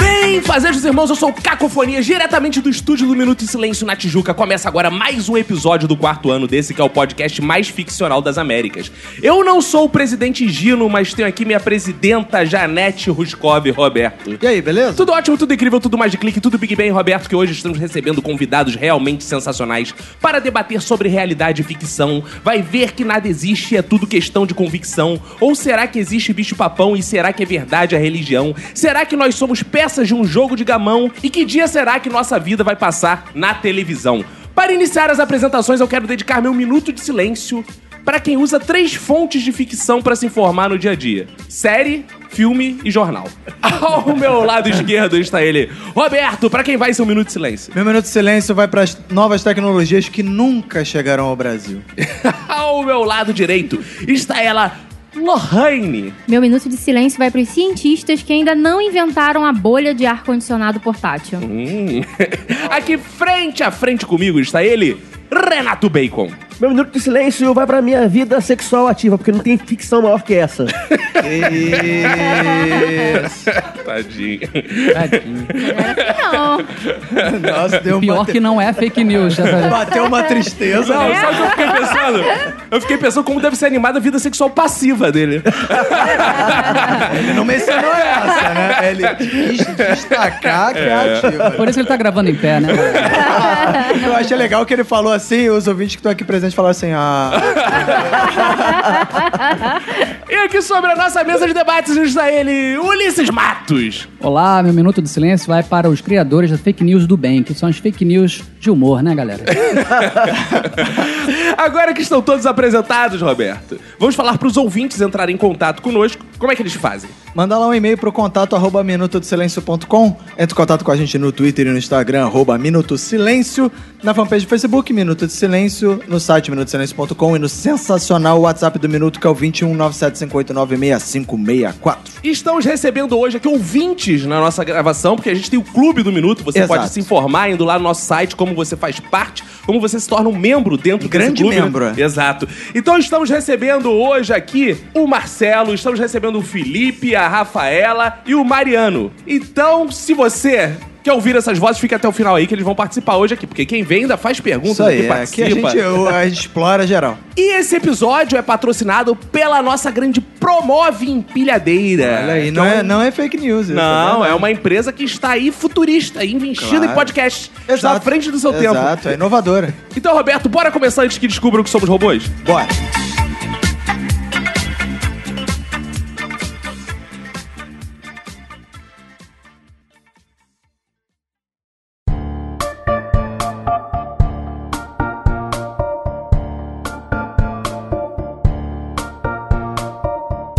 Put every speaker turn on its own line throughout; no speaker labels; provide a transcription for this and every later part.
Bem, fazejos irmãos, eu sou o Cacofonia, diretamente do estúdio do Minuto em Silêncio na Tijuca. Começa agora mais um episódio do quarto ano desse, que é o podcast mais ficcional das Américas. Eu não sou o presidente Gino, mas tenho aqui minha presidenta Janete Ruskov Roberto.
E aí, beleza?
Tudo ótimo, tudo incrível, tudo mais de clique, tudo Big Bang, Roberto, que hoje estamos recebendo convidados realmente sensacionais para debater sobre realidade e ficção. Vai ver que nada existe, é tudo questão de convicção. Ou será que existe bicho-papão e será que é verdade a religião? Será que nós somos peças de um jogo de gamão? E que dia será que nossa vida vai passar na televisão? Para iniciar as apresentações, eu quero dedicar meu minuto de silêncio para quem usa três fontes de ficção para se informar no dia a dia: série, filme e jornal. Ao meu lado esquerdo está ele, Roberto, para quem vai ser um minuto de silêncio.
Meu minuto de silêncio vai para as novas tecnologias que nunca chegaram ao Brasil.
Ao meu lado direito está ela, Lorraine.
Meu minuto de silêncio vai para os cientistas que ainda não inventaram a bolha de ar-condicionado portátil.
Hum. Aqui frente a frente comigo está ele, Renato Bacon.
Meu minuto de silêncio vai pra minha vida sexual ativa, porque não tem ficção maior que essa.
Tadinho.
Não.
Nossa, deu uma,
Pior que não é fake news. Dessa vez.
bateu uma tristeza. né?
Não, sabe o que eu fiquei pensando? Eu fiquei pensando como deve ser animada a vida sexual passiva dele.
Ele não mencionou essa, né? Ele quis
Ah,
destacar que é ativa.
Por isso que ele tá gravando em pé, né?
Eu achei legal que ele falou assim, os ouvintes que estão aqui presentes falaram assim, ah...
E aqui sobre a nossa mesa de debates está ele, Ulisses Matos.
Olá, meu minuto de silêncio vai para os criadores da fake news do bem, que são as fake news de humor, né, galera?
Agora que estão todos apresentados, Roberto, vamos falar para os ouvintes entrarem em contato conosco. Como é que eles fazem?
Manda lá um e-mail pro contato arroba minutodesilencio.com. Entra em contato com a gente no Twitter e no Instagram, arroba Minuto Silêncio, na fanpage do Facebook, Minuto de Silêncio, no site minutosilencio.com e no sensacional WhatsApp do Minuto, que é o 21 975896564.
Estamos recebendo hoje aqui ouvintes na nossa gravação, porque a gente tem o Clube do Minuto. Você
Exato.
pode se informar indo lá no nosso site, como você faz parte, como você se torna um membro dentro desse
grande
clube, né?
membro, é.
Exato. Então estamos recebendo hoje aqui o Marcelo, estamos recebendo o Felipe, a Rafaela e o Mariano. Então, se você quer ouvir essas vozes, fica até o final aí que eles vão participar hoje aqui, porque quem vem ainda faz perguntas
Isso aí,
aqui,
é, aqui
participa.
a gente, eu- a gente explora geral.
E esse episódio é patrocinado pela nossa grande Promove Empilhadeira.
Olha aí,
que
não
um
é, não é fake news. isso,
não,
né?
é uma empresa que está aí futurista, investindo
Claro.
em podcast. Está
Exato.
à frente do seu
Exato, é
tempo.
inovadora.
Então, Roberto, bora começar antes que descubram que somos robôs?
Bora.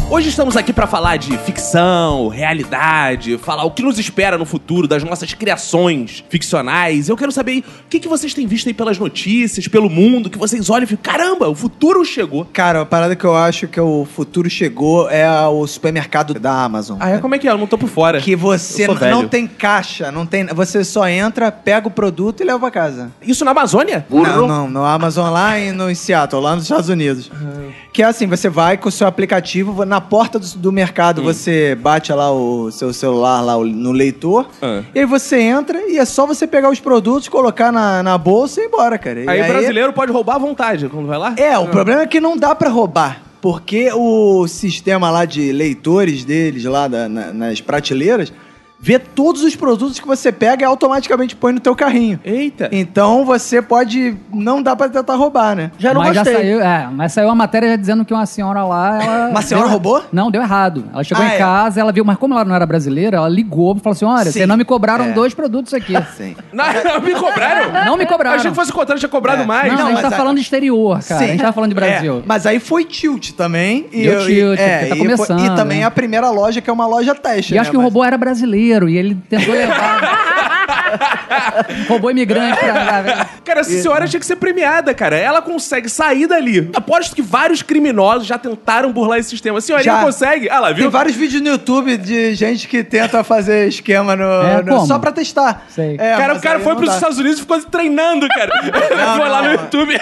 Hoje estamos aqui para falar de ficção, realidade, falar o que nos espera no futuro, das nossas criações ficcionais. Eu quero saber aí, o que, que vocês têm visto aí pelas notícias, pelo mundo, que vocês olham e ficam, caramba, o futuro chegou.
Cara, a parada que eu acho que é o futuro chegou é o supermercado da Amazon.
Ah, é? Como é que é? Eu não tô por fora.
Que você
Eu sou
n-
velho.
não tem caixa, não tem. Você só entra, pega o produto e leva pra casa.
Isso na Amazônia?
Não, não, no Amazon lá e no em Seattle, lá nos Estados Unidos. Que é assim, você vai com o seu aplicativo, na porta do, do mercado,
Hum.
você bate lá o seu celular lá o- no leitor,
Ah.
e aí você entra e é só você pegar os produtos, colocar na, na bolsa e ir embora, cara. E
Aí o brasileiro pode roubar à vontade quando vai lá?
É, o problema é que não dá pra roubar. Porque o sistema lá de leitores deles, lá da- na- nas prateleiras, vê todos os produtos que você pega e automaticamente põe no teu carrinho.
Eita.
Então você pode. Não dá pra tentar roubar, né?
Já não
mas
gostei.
já saiu, é, mas saiu uma matéria já dizendo que uma senhora lá. Ela
Uma senhora
deu-
roubou?
Não, deu errado. Ela chegou
Ah,
em
é.
casa, ela viu, mas como ela não era brasileira, ela ligou e falou assim: olha,
Sim.
vocês não me cobraram
É.
dois produtos aqui.
Sim.
Não, não me cobraram?
Não me cobraram.
Eu achei que fosse o contrário, tinha cobrado
É.
mais.
Não,
Não,
a gente tá
mas a-
falando de exterior, cara.
Sim.
A gente tá falando de Brasil.
É, mas aí foi tilt também. E,
Deu
eu-
tilt,
e, é,
porque tá
e foi-
começando,
e também
né?
a primeira loja, que é uma loja teste.
E acho
né?
que o
Mas-
robô era brasileiro e ele tentou levar. Roubou imigrante pra...
Cara, essa senhora tinha que ser premiada, cara. Ela consegue sair dali. Aposto que vários criminosos já tentaram burlar esse sistema. A senhorinha
Já.
consegue. Ah lá,
Tem
viu?
vários vídeos no YouTube de gente que tenta fazer esquema no,
É,
no-
como?
só pra testar.
Sei.
É,
cara,
mas
o cara
aí
foi
não
pros
dá.
Estados Unidos e ficou treinando, cara. foi lá
não,
no
não. É,
YouTube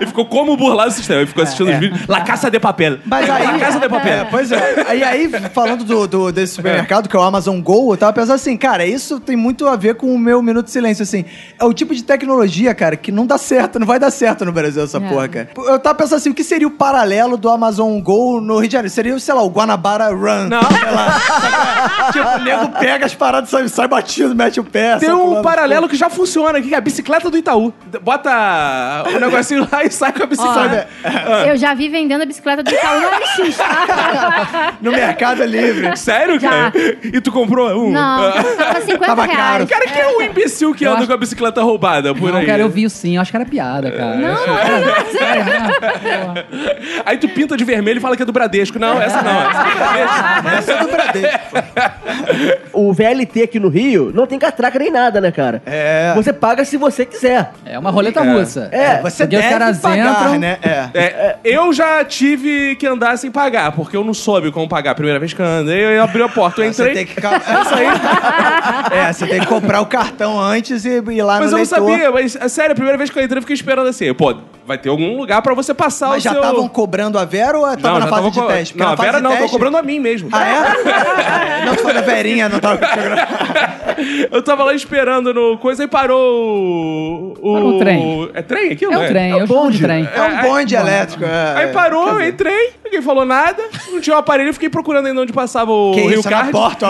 e ficou como burlar o sistema. Ele ficou assistindo os vídeos. La Caça de Papel.
Mas aí.
La Caça de Papel.
É, pois é. Aí, aí, falando do, do- desse supermercado, que é o Amazon Go, eu tava pensando assim, cara, isso tem muito a ver com o meu minuto de silêncio, assim. É o tipo de tecnologia, cara, que não dá certo, não vai dar certo no Brasil essa
É.
porra, cara. Eu tava pensando assim, o que seria o paralelo do Amazon Go no Rio de Janeiro? Seria, sei lá, o Guanabara Run.
Não.
Sei lá. tipo, o nego pega as paradas, sai, sai batido, mete o pé.
Tem
sai
um
pulando.
paralelo que já funciona aqui, que é a bicicleta do Itaú. Bota o negocinho lá e sai com a bicicleta.
é,
Eu já vi vendendo a bicicleta do Itaú no LX, tá?
No Mercado Livre.
Sério,
Já.
cara? E tu comprou um?
Não,
Ah.
tava 50
Tava caro.
reais.
Cara, que é um imbecil que
Eu
anda
acho-
com a bicicleta roubada por
Não,
aí.
cara, eu vi sim. Eu acho que era piada, cara.
Não, não, não, não, sério.
Aí tu pinta de vermelho e fala que é do Bradesco. Não, essa não. Essa é do Bradesco.
Essa é do Bradesco.
O VLT aqui no Rio não tem catraca nem nada, né, cara?
É.
Você paga se você quiser.
É uma roleta russa.
É,
Você
Porque os
deve
caras
pagar,
entram-
né? É.
É, eu já tive que andar sem pagar, porque eu não soube como pagar a primeira vez que eu andei. Eu abri a porta, eu
Você
entrei.
tem que... ca- Essa aí... É, você tem que comprar o cartão um antes e ir lá
Mas
no
eu não
leitor.
sabia, mas é sério, a primeira vez que eu entrei eu fiquei esperando assim. Pô, vai ter algum lugar pra você passar
Mas
o
já
seu...
estavam cobrando a Vera ou tava
não,
na
já
fase
tava
de
co-
teste? Porque
Não,
na
a Vera
fase de
não, tô
teste-
cobrando a mim mesmo.
Ah, é? não, foi da Verinha, não tava cobrando.
Eu tava lá esperando no coisa e parou o. o-
Parou o trem.
É trem aquilo?
É um trem, eu chamo de trem.
É um bonde elétrico. é.
Aí parou, eu entrei, ninguém falou nada, não tinha o aparelho, eu fiquei procurando ainda onde passava o
Que
Rio
isso, na
Card.
porta o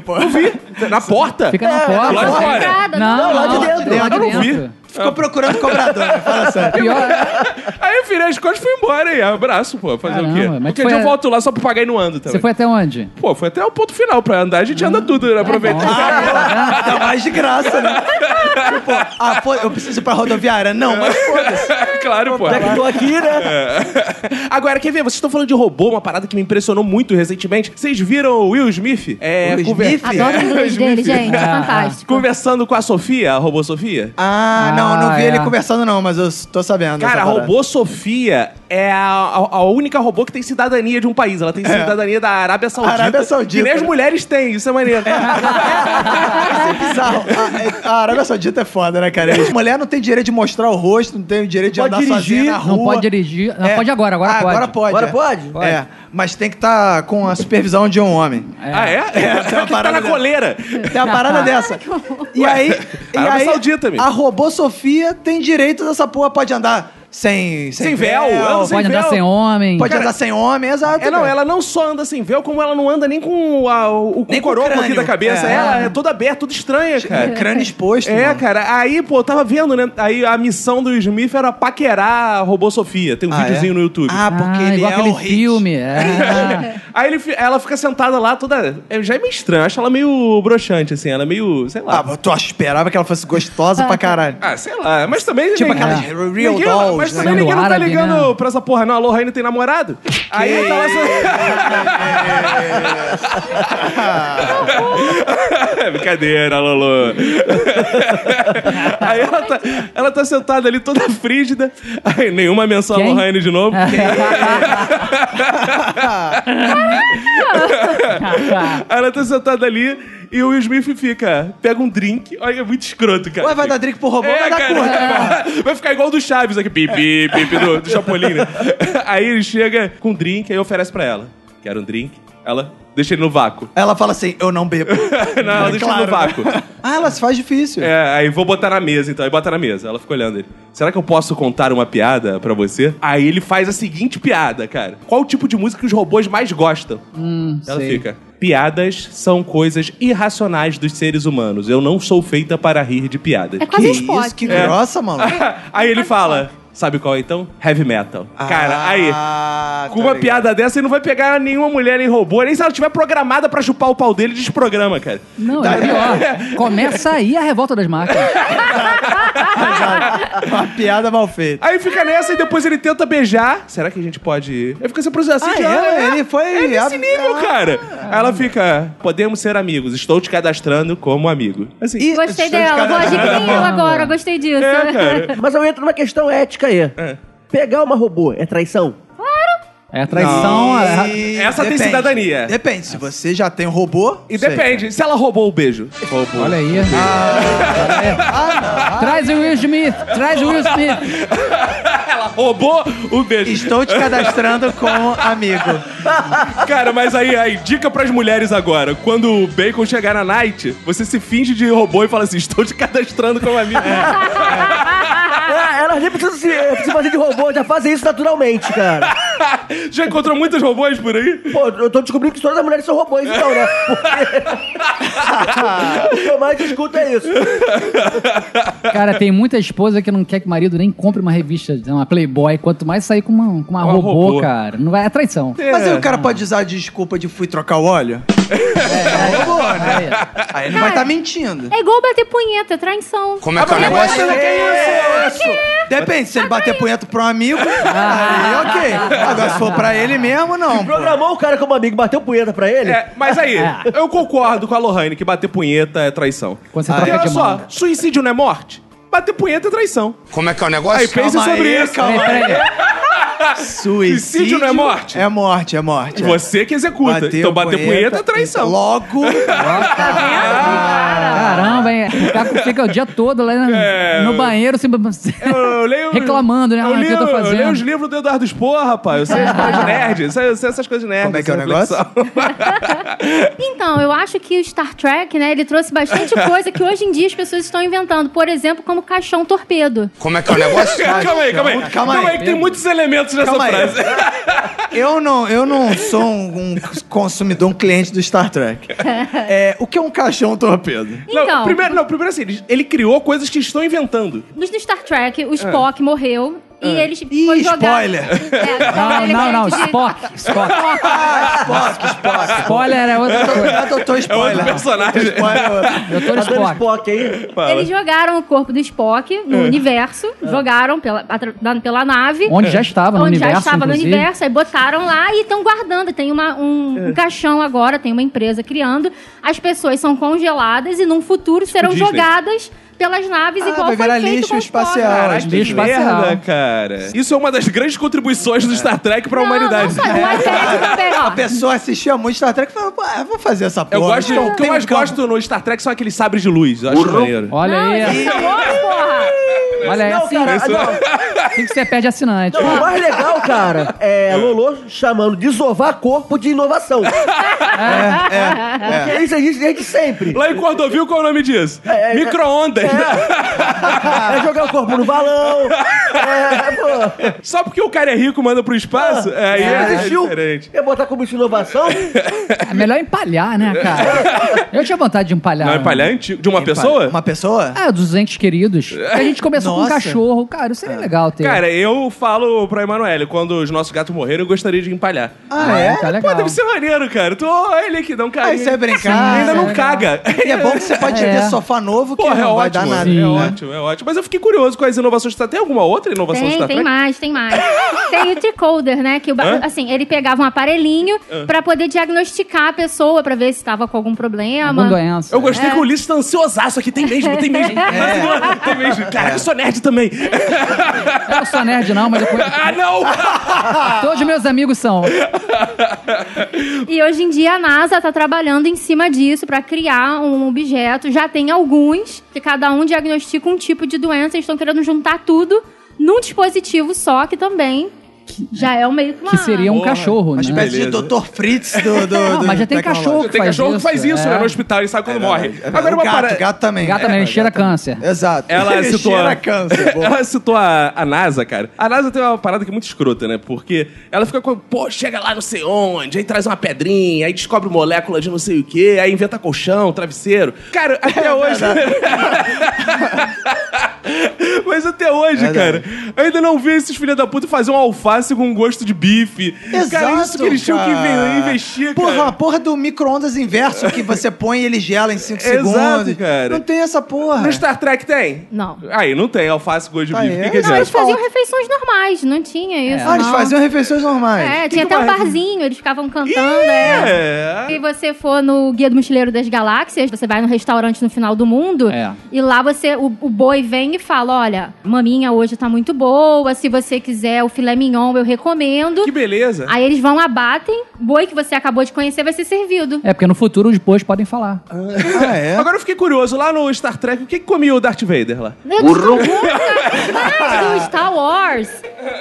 pô. Eu vi.
Na porta?
Fica
É,
na porta.
lá de
né?
fora.
Entrada,
Não,
não,
lá
não,
de
lá
dentro.
de
Lá de
dentro. Eu não
dentro.
Ficou procurando cobrador, né? fala sério.
Pior é-
Aí eu virei as costas e fui embora. E abraço, pô. Fazer
Caramba,
o quê?
mas
Porque
foi
eu
a-
volto lá só pra pagar e não ando
Você
também.
foi até É onde?
Pô, foi até o ponto final pra andar. A gente anda tudo, né? Aproveitando.
Ah, pô, tá mais de graça, né? Tipo, ah, pô, eu preciso ir pra rodoviária. Não, mas foda-se.
claro, pô.
Já que tô aqui, né?
Agora, quer ver? Vocês estão falando de robô, uma parada que me impressionou muito recentemente. Vocês viram o Will Smith? É,
Will
conver-
Smith?
Adoro o inglês dele, gente.
Ah.
Fantástico.
Conversando com a Sofia, a robô Sofia?
Ah, não, não vi
Ah,
ele
é.
conversando, não, mas eu s- tô sabendo.
Cara, a
essa parada.
robô Sofia é a, a- a única robô que tem cidadania de um país. Ela tem cidadania da Arábia Saudita.
É. Arábia Saudita.
E nem as mulheres têm, isso é maneiro.
Isso é bizarro. A, a Arábia Saudita é foda, né, cara? As mulheres não têm direito de mostrar o rosto, não tem direito de
Pode
andar sozinha
dirigir,
na rua.
Não pode dirigir. Não
É.
pode agora, agora
Ah,
pode.
Agora pode.
Agora
é.
pode?
É, mas tem que estar com a supervisão de um homem.
Ah, é?
tem uma
que tá
parada
na
dessa.
coleira.
Tem uma parada dessa. E aí, e
Arábia
aí
Saudita, amigo.
a robô Sofia tem direito dessa porra, pode andar sem
Sem véu, anda sem
Pode andar
véu.
sem homem.
pode
Cara,
andar sem homem, exato.
É, não,
cara.
ela não só anda sem véu, como ela não anda nem com a- o, o
Nem com o
coroco aqui
crânio.
da cabeça.
É.
Ela é toda aberta, toda estranha, cara.
crânio exposto.
É,
mano.
cara, aí, pô, eu tava vendo, né? Aí a missão do Smith era paquerar a robô Sofia. Tem um
Ah, é?
videozinho no YouTube.
Ah, porque
ah,
ele
igual
é
aquele
o hit.
filme. É.
Aí ele fi- ela fica sentada lá toda. é, Já é meio estranho, eu acho ela meio broxante, assim. Ela é meio. sei lá.
Ah, mas tu esperava que ela fosse gostosa pra caralho.
Ah, sei lá, mas também.
Tipo
ninguém-
aquelas Real
ninguém-
Dolls,
Mas
né?
também ninguém
Sendo
não tá
árabe,
ligando
né?
pra essa porra, não. A Lohane tem namorado. Aí tá lá. essa- É Brincadeira, Lolo. Aí ela tá, ela tá sentada ali toda frígida. Aí nenhuma menção
Quem?
a Lohane de novo.
Tá,
Aí ela tá sentada ali e o Will Smith fica, pega um drink. Olha, é muito escroto, cara.
Ué, vai dar drink pro robô,
É,
vai dar
cara.
curta, porra.
Vai ficar igual o do Chaves aqui, pipi, pipi do, do Chapolin, né? Aí ele chega com um drink, aí oferece pra ela. Quero um drink. Ela deixa ele no vácuo.
Ela fala assim, eu não bebo. É
Não, ela deixa ele no vácuo.
ah, ela se faz difícil.
É, aí vou botar na mesa, então. Aí bota na mesa. Ela fica olhando ele. Será que eu posso contar uma piada pra você? Aí ele faz a seguinte piada, cara. Qual o tipo de música que os robôs mais gostam?
Hum,
Ela
sei.
fica. Piadas são coisas irracionais dos seres humanos. Eu não sou feita para rir de piadas.
É
Que
quase um
isso,
esporte.
que grossa, mano.
aí
um
ele fala, sabe qual então? Heavy metal. Cara, aí.
Ah,
Com
tá
uma
ligado.
piada dessa, ele não vai pegar nenhuma mulher nem robô, nem se ela estiver programada pra chupar o pau dele, desprograma, cara.
Não, é pior. Começa aí a revolta das máquinas.
Exato. Uma piada mal feita.
Aí fica nessa e depois ele tenta beijar. Será que a gente pode. Aí fica se processando.
Ah, é? Ele foi-
É nesse
ah,
nível, cara. Aí ela fica. Podemos ser amigos. Estou te cadastrando como amigo. Assim.
E- Estou
Gostei
de
dela. Vou
cada
agir
lado.
que nem eu agora. Gostei disso.
É, cara. É.
Mas eu entro numa questão ética aí. Pegar uma robô é traição?
É traição. é-
E-
Essa tem cidadania.
Depende. Se você já tem um robô.
E
sei. Ah,
depende. Se ela roubou o beijo. Roubou.
Olha aí. Traz o Will Smith. Traz o Will Smith.
Ela roubou o beijo.
Estou te cadastrando como amigo.
Cara, mas aí, aí, dica pras mulheres agora. Quando o Bacon chegar na night, você se finge de robô e fala assim: estou te cadastrando como amigo.
É.
Ah, elas nem precisam se, se fazer de robô, já fazem isso naturalmente, cara.
Já encontrou muitas robôs por aí?
Pô, eu tô descobrindo que todas as mulheres são robôs, então, né? Porque... o que eu mais discuto é isso.
Cara, tem muita esposa que não quer que o marido nem compre uma revista, uma Playboy. Quanto mais sair com uma, com uma
Uma
robô,
robô.
cara. Não vai, é traição.
Mas aí o cara pode usar a desculpa de fui trocar o óleo?
É,
né?
Aí,
Aí ele vai estar tá mentindo.
É igual bater punheta, é traição.
Como é que é o
Mas
negócio?
você não quer isso?
É.
Depende, se ele bater punheta pro amigo,
Ah.
aí ok. Agora se for pra ele mesmo, não. pô.
Programou o cara como amigo, bateu punheta pra ele?
É, mas aí, eu concordo com a Lohane que bater punheta é traição.
Quando você
e
troca
olha
de
só,
mão.
suicídio não é morte? Bater punheta é traição.
Como é que é o negócio?
Aí pense
calma
sobre
aí,
isso.
calma
Peraí, peraí.
Suicídio
não é morte?
É morte, é morte. é.
Você que executa. então bater punheta, é traição. Tá
Logo. Ah,
Caramba, hein? O cara fica o dia todo lá na- no banheiro se,
É. Eu leio-
reclamando, né?
Eu
Ah, o
leio,
que eu tô fazendo?
leio os livros do Eduardo Spor, rapaz. Eu sei as coisas nerd. Eu sei, eu sei essas coisas nerd.
Como é que é o
essa reflexão.
Então, eu acho que o Star Trek, né, ele trouxe bastante coisa que hoje em dia as pessoas estão inventando. Por exemplo, como caixão torpedo.
Como é que é o negócio?
calma aí, calma aí.
Calma aí.
que tem muitos elementos nessa
Calma aí.
frase.
Eu não, eu não sou um, um consumidor, um cliente do Star Trek. É, o que é um caixão torpedo?
Não,
Então,
primeiro, não, primeiro assim, ele- ele criou coisas que estão inventando.
nos do Star Trek, o Spock morreu e eles
É. Ih,
foi jogado-
spoiler.
É, spoiler,
Não, não, não.
quer dizer-
Spock. Spock.
Spock, Spock.
Spoiler é outra coisa.
Eu tô, tô
É outro
spoiler.
personagem.
Spoiler é outro.
Doutor
Tá dando
Spock.
Spock aí?
Eles jogaram o corpo do Spock no
É.
universo, jogaram pela, atra- da- pela nave.
Onde já estava no
onde
universo,
já estava
inclusive.
no universo, aí botaram lá e estão guardando. Tem uma-
É.
um, um caixão agora, tem uma empresa criando. As pessoas são congeladas e num futuro serão
Disney.
jogadas pelas naves
Tipo Ah,
igual
vai
foi
virar
feito
lixo
com o Spock.
espacial.
Caralho, que
Lixo
merda,
espacial.
cara. Isso é uma das grandes contribuições do Star Trek pra
Não, não é
humanidade.
é
só, o iPad também,
A
ó.
pessoa assistia muito Star Trek e falava, pô, eu vou fazer essa porra.
Eu gosto,
Então,
o que
tem
eu mais
um campo.
gosto no Star Trek são aqueles sabres de luz. Eu acho maneiro.
Olha
Não, é.
aí.
esses são outros, porra.
Olha aí.
Não,
Assim,
cara, não.
assim que você perde assinante.
Não, o mais legal, cara, é Lolo chamando de desovar corpo de inovação.
É,
Porque Isso a gente desde sempre.
Lá em Cordovil, qual é o nome disso? Micro-ondas.
É jogar o corpo no balão. É, pô.
Só porque o cara é rico manda pro espaço, aí é,
Nunca
é
existiu.
diferente.
É botar como isso inovação?
É melhor empalhar, né, cara? Eu tinha vontade de empalhar. um.
Não é palha antigo? De uma pessoa?
Uma pessoa?
Ah, dos entes queridos. Porque a gente começou com um
Nossa.
cachorro. Cara, isso seria legal ter.
Cara, é eu falo pra Emanuele, quando os nossos gatos morreram, eu gostaria de empalhar.
Ah, é?
Tá
Pô,
legal.
deve ser maneiro, cara. Tu olha ele aqui, dá um
Aí
carinho.
você vai brincar.
Ainda
né?
não caga.
E é bom que você pode
É.
ter sofá novo que
Porra, é
não vai
ótimo.
dar nada.
é
né?
Sim.
ótimo, é ótimo. Mas eu fiquei curioso com as inovações. Tá, Tem alguma outra inovação de
Tem,
Star
tem
Trek?
mais, tem mais. tem o tricoder, né? Que o ba-
Hã?
assim, ele pegava um aparelhinho pra poder diagnosticar a pessoa, pra ver se estava com algum problema. É.
Alguma doença.
Eu gostei que o Ulisses tá ansiosaço aqui. Tem mesmo, tem mesmo.
É.
Tem mesmo. Caraca, eu sou nerd também.
Eu não sou nerd, não, mas eu conheço-
Ah, não!
todos meus amigos são.
E hoje em dia a NASA está trabalhando em cima disso para criar um objeto. Já tem alguns que cada um diagnostica um tipo de doença. Eles estão querendo juntar tudo num dispositivo só, que também já é um meio que uma...
Que seria um cachorro,
Uma
né?
espécie de
Ah. Beleza.
Dr. Fritz do. do,
Não,
do
mas já tem
tecnológico.
cachorro que
Tem
faz
cachorro
isso.
que faz isso
é.
né, no hospital e sabe quando morre.
É,
Agora
o
uma
gato,
parada.
É, gato também.
Gato também, cheira câncer.
Exato.
Ela
Ele
citou.
cheira
A...
câncer. boa.
ela citou a, a NASA, cara. A NASA tem uma parada que é muito escrota, né? Porque ela fica com. Pô, chega lá não sei onde, aí traz uma pedrinha, aí descobre molécula de não sei o quê, aí inventa colchão, travesseiro. Cara,
É
até hoje. Mas até hoje,
Verdade.
cara, Ainda não vi esses filha da puta fazer um alface com gosto de bife. cara, isso que eles tinham que
cara.
inve- investir,
Porra, a
cara.
porra do micro-ondas inverso que você põe e ele gela em 5
Exato,
segundos.
cara.
Não tem essa porra.
No Star Trek tem?
Não.
Aí, não tem alface com gosto de
Tá
bife.
aí.
O que que é
Não,
Eles
eles
isso?
faziam
falam-
refeições normais, não tinha
É.
isso.
Ah, eles
não.
faziam refeições normais.
É,
Que
tinha
que
até um
mais?
barzinho, eles ficavam cantando, é.
É.
Se você for no Guia do Mochileiro das Galáxias, você vai no restaurante no final do mundo
É.
e lá você o, o boi vem e fala: olha, maminha hoje tá muito boa, se você quiser o filé mignon, eu recomendo.
Que beleza.
Aí eles vão, abatem, o boi que você acabou de conhecer vai ser servido.
É, porque no futuro os bois podem falar.
Ah, é?
Agora eu fiquei curioso, lá no Star Trek, o que, que comia o Darth Vader lá?
Burro! Mas no Star Wars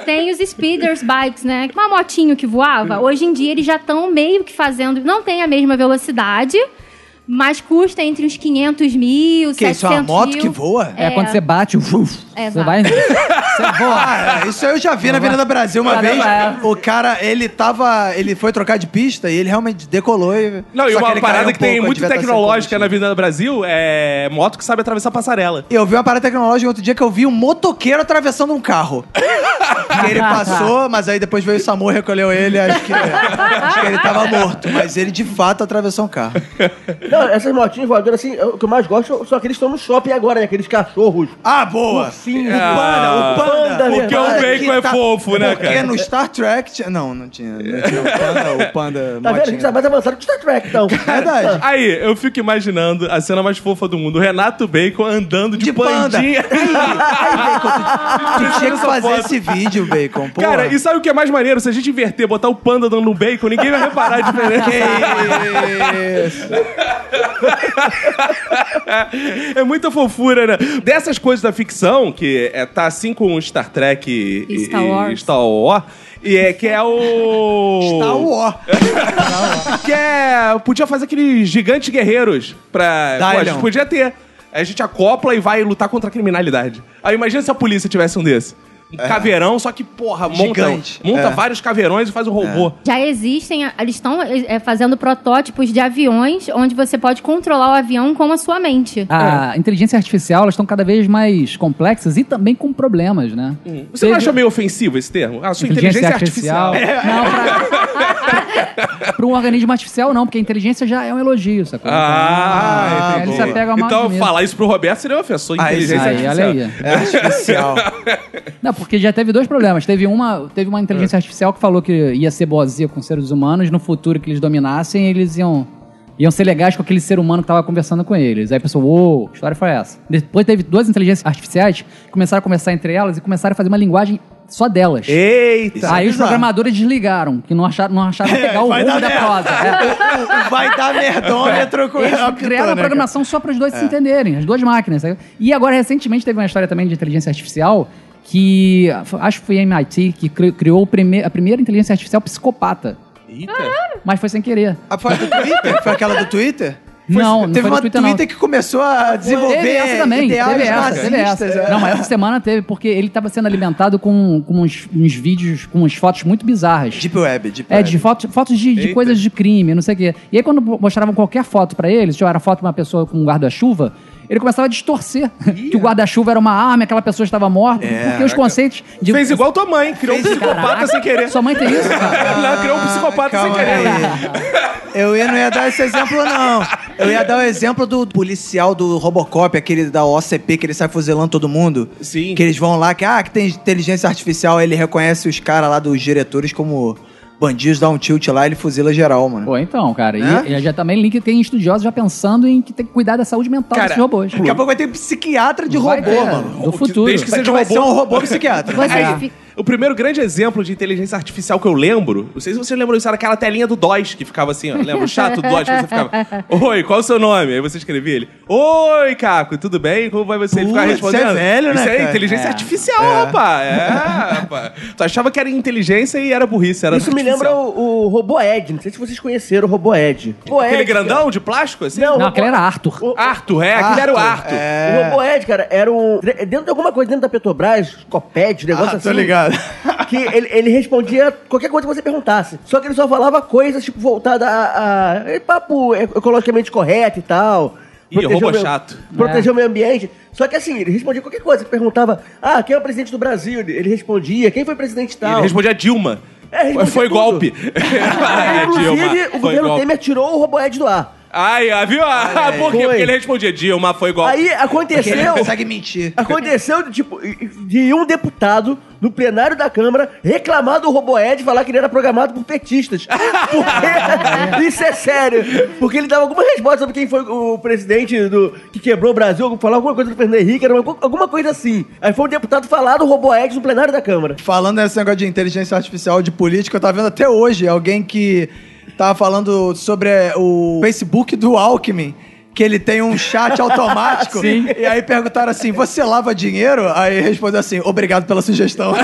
tem os speeders bikes, né? Uma motinho que voava. Hoje em dia eles já estão meio que fazendo... Não tem a mesma velocidade, mas custa entre uns 500 mil,
Que
700
isso é uma moto
mil.
que voa?
É, quando você bate, uf,
É,
você
vai.
vai. Você voa.
Ah, isso eu já vi na Avenida Brasil uma
Caramba,
vez.
é.
O cara, ele tava. Ele foi trocar de pista e ele realmente decolou e.
Não, e
só que
uma
ele
parada
caiu um
que tem
pouco,
muito
devia estar sem
tecnológica na
combustível.
Avenida Brasil é moto que sabe atravessar passarela.
Eu vi uma parada tecnológica outro dia que eu vi um motoqueiro atravessando um carro. Que ele passou, mas aí depois veio o Samu, recolheu ele, acho que, acho que ele tava morto. Mas ele de fato atravessou um carro.
Não, essas motinhas voadoras, assim, eu- o que eu mais gosto são aqueles que estão no shopping agora, né? Aqueles cachorros.
Ah, boa!
Sim,
Ah,
o panda, o panda.
porque
verdade. tá
o bacon é fofo, né,
porque
cara?
no Star Trek. tinha- Não, não tinha. Não tinha É, o panda, o panda
Tá vendo? A
motinha. É
gente tá mais avançado que o Star Trek, então.
Verdade.
Aí, eu fico imaginando a cena mais fofa do mundo, o Renato Bacon andando de,
De panda.
pandinha.
Tu tinha que
Essa
fazer
foto.
esse vídeo, Bacon. Porra.
Cara, e sabe o que é mais maneiro? Se a gente inverter, botar o panda dando um bacon, ninguém vai reparar a diferença.
Que isso.
é muita fofura, né? Dessas coisas da ficção, que é, tá assim com Star Trek e,
E Star
e-
Wars.
Star Wars, e é que é o...
Tá o ó.
Que é. Podia fazer aqueles gigantes guerreiros pra.
Dylon.
Pô, a gente podia ter. Aí A gente acopla e vai lutar contra a criminalidade. Aí imagina se a polícia tivesse um desse. Um caveirão, só que, porra, monta,
É. Gigante.
monta
É.
vários caveirões e faz o robô.
Já existem, eles estão é, fazendo protótipos de aviões onde você pode controlar o avião com a sua mente.
É.
A inteligência artificial, elas estão cada vez mais complexas e também com problemas, né?
Hum.
Você não
Teve-
acha meio ofensivo esse termo? A sua inteligência, é artificial.
Não, pra... pra um organismo artificial não, porque a inteligência já é um elogio, sacou?
Ah,
Então,
entendi.
Ele se apega mais
Então,
nisso.
falar isso pro Roberto seria ofensor.
Ah, isso
Inteligência
aí,
artificial.
olha aí.
É artificial.
Não, porque já teve dois problemas. Teve uma, teve uma inteligência artificial que falou que ia ser boazinha com seres humanos. No futuro que eles dominassem, eles iam, iam ser legais com aquele ser humano que tava conversando com eles. Aí a pessoa, uou, que história foi essa? Depois teve duas inteligências artificiais que começaram a conversar entre elas e começaram a fazer uma linguagem só delas.
Eita!
Aí
é
os
bizarro.
programadores desligaram, que não acharam, não acharam Tá, pegar o
É, vai
rumo
dar
da
merda.
prosa. É.
Vai dar merdômetro com
Eles
é o que
criaram
tô,
a
né,
programação só para os dois se entenderem, as duas máquinas. sabe? E agora, recentemente, teve uma história também de inteligência artificial que f- acho que foi a MIT que cri- criou o prime- a primeira inteligência artificial psicopata.
Eita!
Mas foi sem querer.
cara? A Ah, foi do Twitter? Foi aquela do Twitter?
não, não
teve
foi
uma
no Twitter, não.
que começou a desenvolver
Teve essa também, teve
ideais
essa,
nazistas.
teve essa.
é.
Não, mas essa semana teve, porque ele estava sendo alimentado com, com uns, uns vídeos, com umas fotos muito bizarras.
Deep Web, Deep
É,
Web.
de fotos, fotos de, de
Eita.
coisas de crime, não sei o quê. E aí, quando mostravam qualquer foto pra ele, tipo, era foto de uma pessoa com um guarda-chuva, ele começava a distorcer que o guarda-chuva era uma arma, aquela pessoa estava morta,
É,
porque os conceitos de.
Fez igual tua mãe, criou um
Fez-
psicopata
Caraca,
sem querer.
Sua mãe tem isso, cara?
Não, criou um psicopata sem
Ah, calma
querer.
aí. Eu ia, não ia dar esse exemplo, não. Eu ia dar o exemplo do policial do Robocop, aquele da OCP, que ele sai fuzilando todo mundo.
Sim.
Que eles vão lá, que, ah, que tem inteligência artificial, aí ele reconhece os caras lá dos diretores como bandidos, dá um tilt lá, ele fuzila geral, mano.
Pô, então, cara.
Né?
E, e já também link tem estudiosos já pensando em que tem que cuidar da saúde mental
Cara,
desses robôs.
Daqui a pouco vai ter psiquiatra de
Vai
robô,
ter,
mano.
Do futuro.
Desde que
Vai-
seja
vai
robô.
ser um robô psiquiatra. É.
Você
Aí,
fica-
o primeiro grande exemplo de inteligência artificial que eu lembro, não sei se vocês lembram isso, era aquela telinha do DOS que ficava assim, ó.
É um
Lembra? O chato do DOS que você ficava. Oi, qual é o seu nome? Aí você escrevia ele. Oi, Caco, tudo bem? Como vai você? Ele ficava
Putz,
respondendo.
isso é velho, né,
Isso é
cara?
inteligência
É.
artificial, rapaz. É, rapaz. Tu achava que era inteligência e era burrice, era
Isso me lembra
artificial.
o, o Robô Ed. Não sei se vocês conheceram o Robô Ed. Robô
Aquele
Ed, cara.
grandão de plástico, assim?
Não,
Não, aquele era Arthur.
O-
Arthur, é, aquele era o
Arthur, é.
Arthur.
O Robô Ed, cara, era um. Dentro de alguma coisa, dentro da Petrobras, Coped, negócio
Ah,
assim.
tô ligado.
Que ele, ele respondia qualquer coisa que você perguntasse. Só que ele só falava coisas, tipo, voltada a. a- é papo e- ecologicamente correto e tal.
Ih, robô
o meio-
chato.
Proteger
É.
o meio ambiente. Só que assim, ele respondia qualquer coisa. Perguntava, ah, quem é o presidente do Brasil? Ele ele respondia, quem foi presidente
Ele
tal?
respondia a Dilma.
É, respondia
foi
tudo.
golpe.
Ah,
Ai, é
Inclusive, o
foi
governo
golpe.
Temer tirou o robô Ed do ar.
Ai, ah, viu? Ah,
aí.
por quê?
Foi.
Porque ele respondia Dilma, foi golpe.
Aí aconteceu.
consegue mentir.
Aconteceu de, tipo, de um deputado no plenário da Câmara reclamar do Roboed e falar que ele era programado por petistas. Porque, isso é sério. Porque ele dava alguma resposta sobre quem foi o presidente do, que quebrou o Brasil, falar alguma coisa do Fernando Henrique, era uma- alguma coisa assim. Aí foi um deputado falar do Roboed no plenário da Câmara.
Falando nesse negócio de inteligência artificial, de política, eu tava vendo até hoje alguém que tava falando sobre é, o Facebook do Alckmin. Que ele tem um chat automático. Sim. E aí perguntaram assim: você lava dinheiro? Aí respondeu assim: obrigado pela sugestão.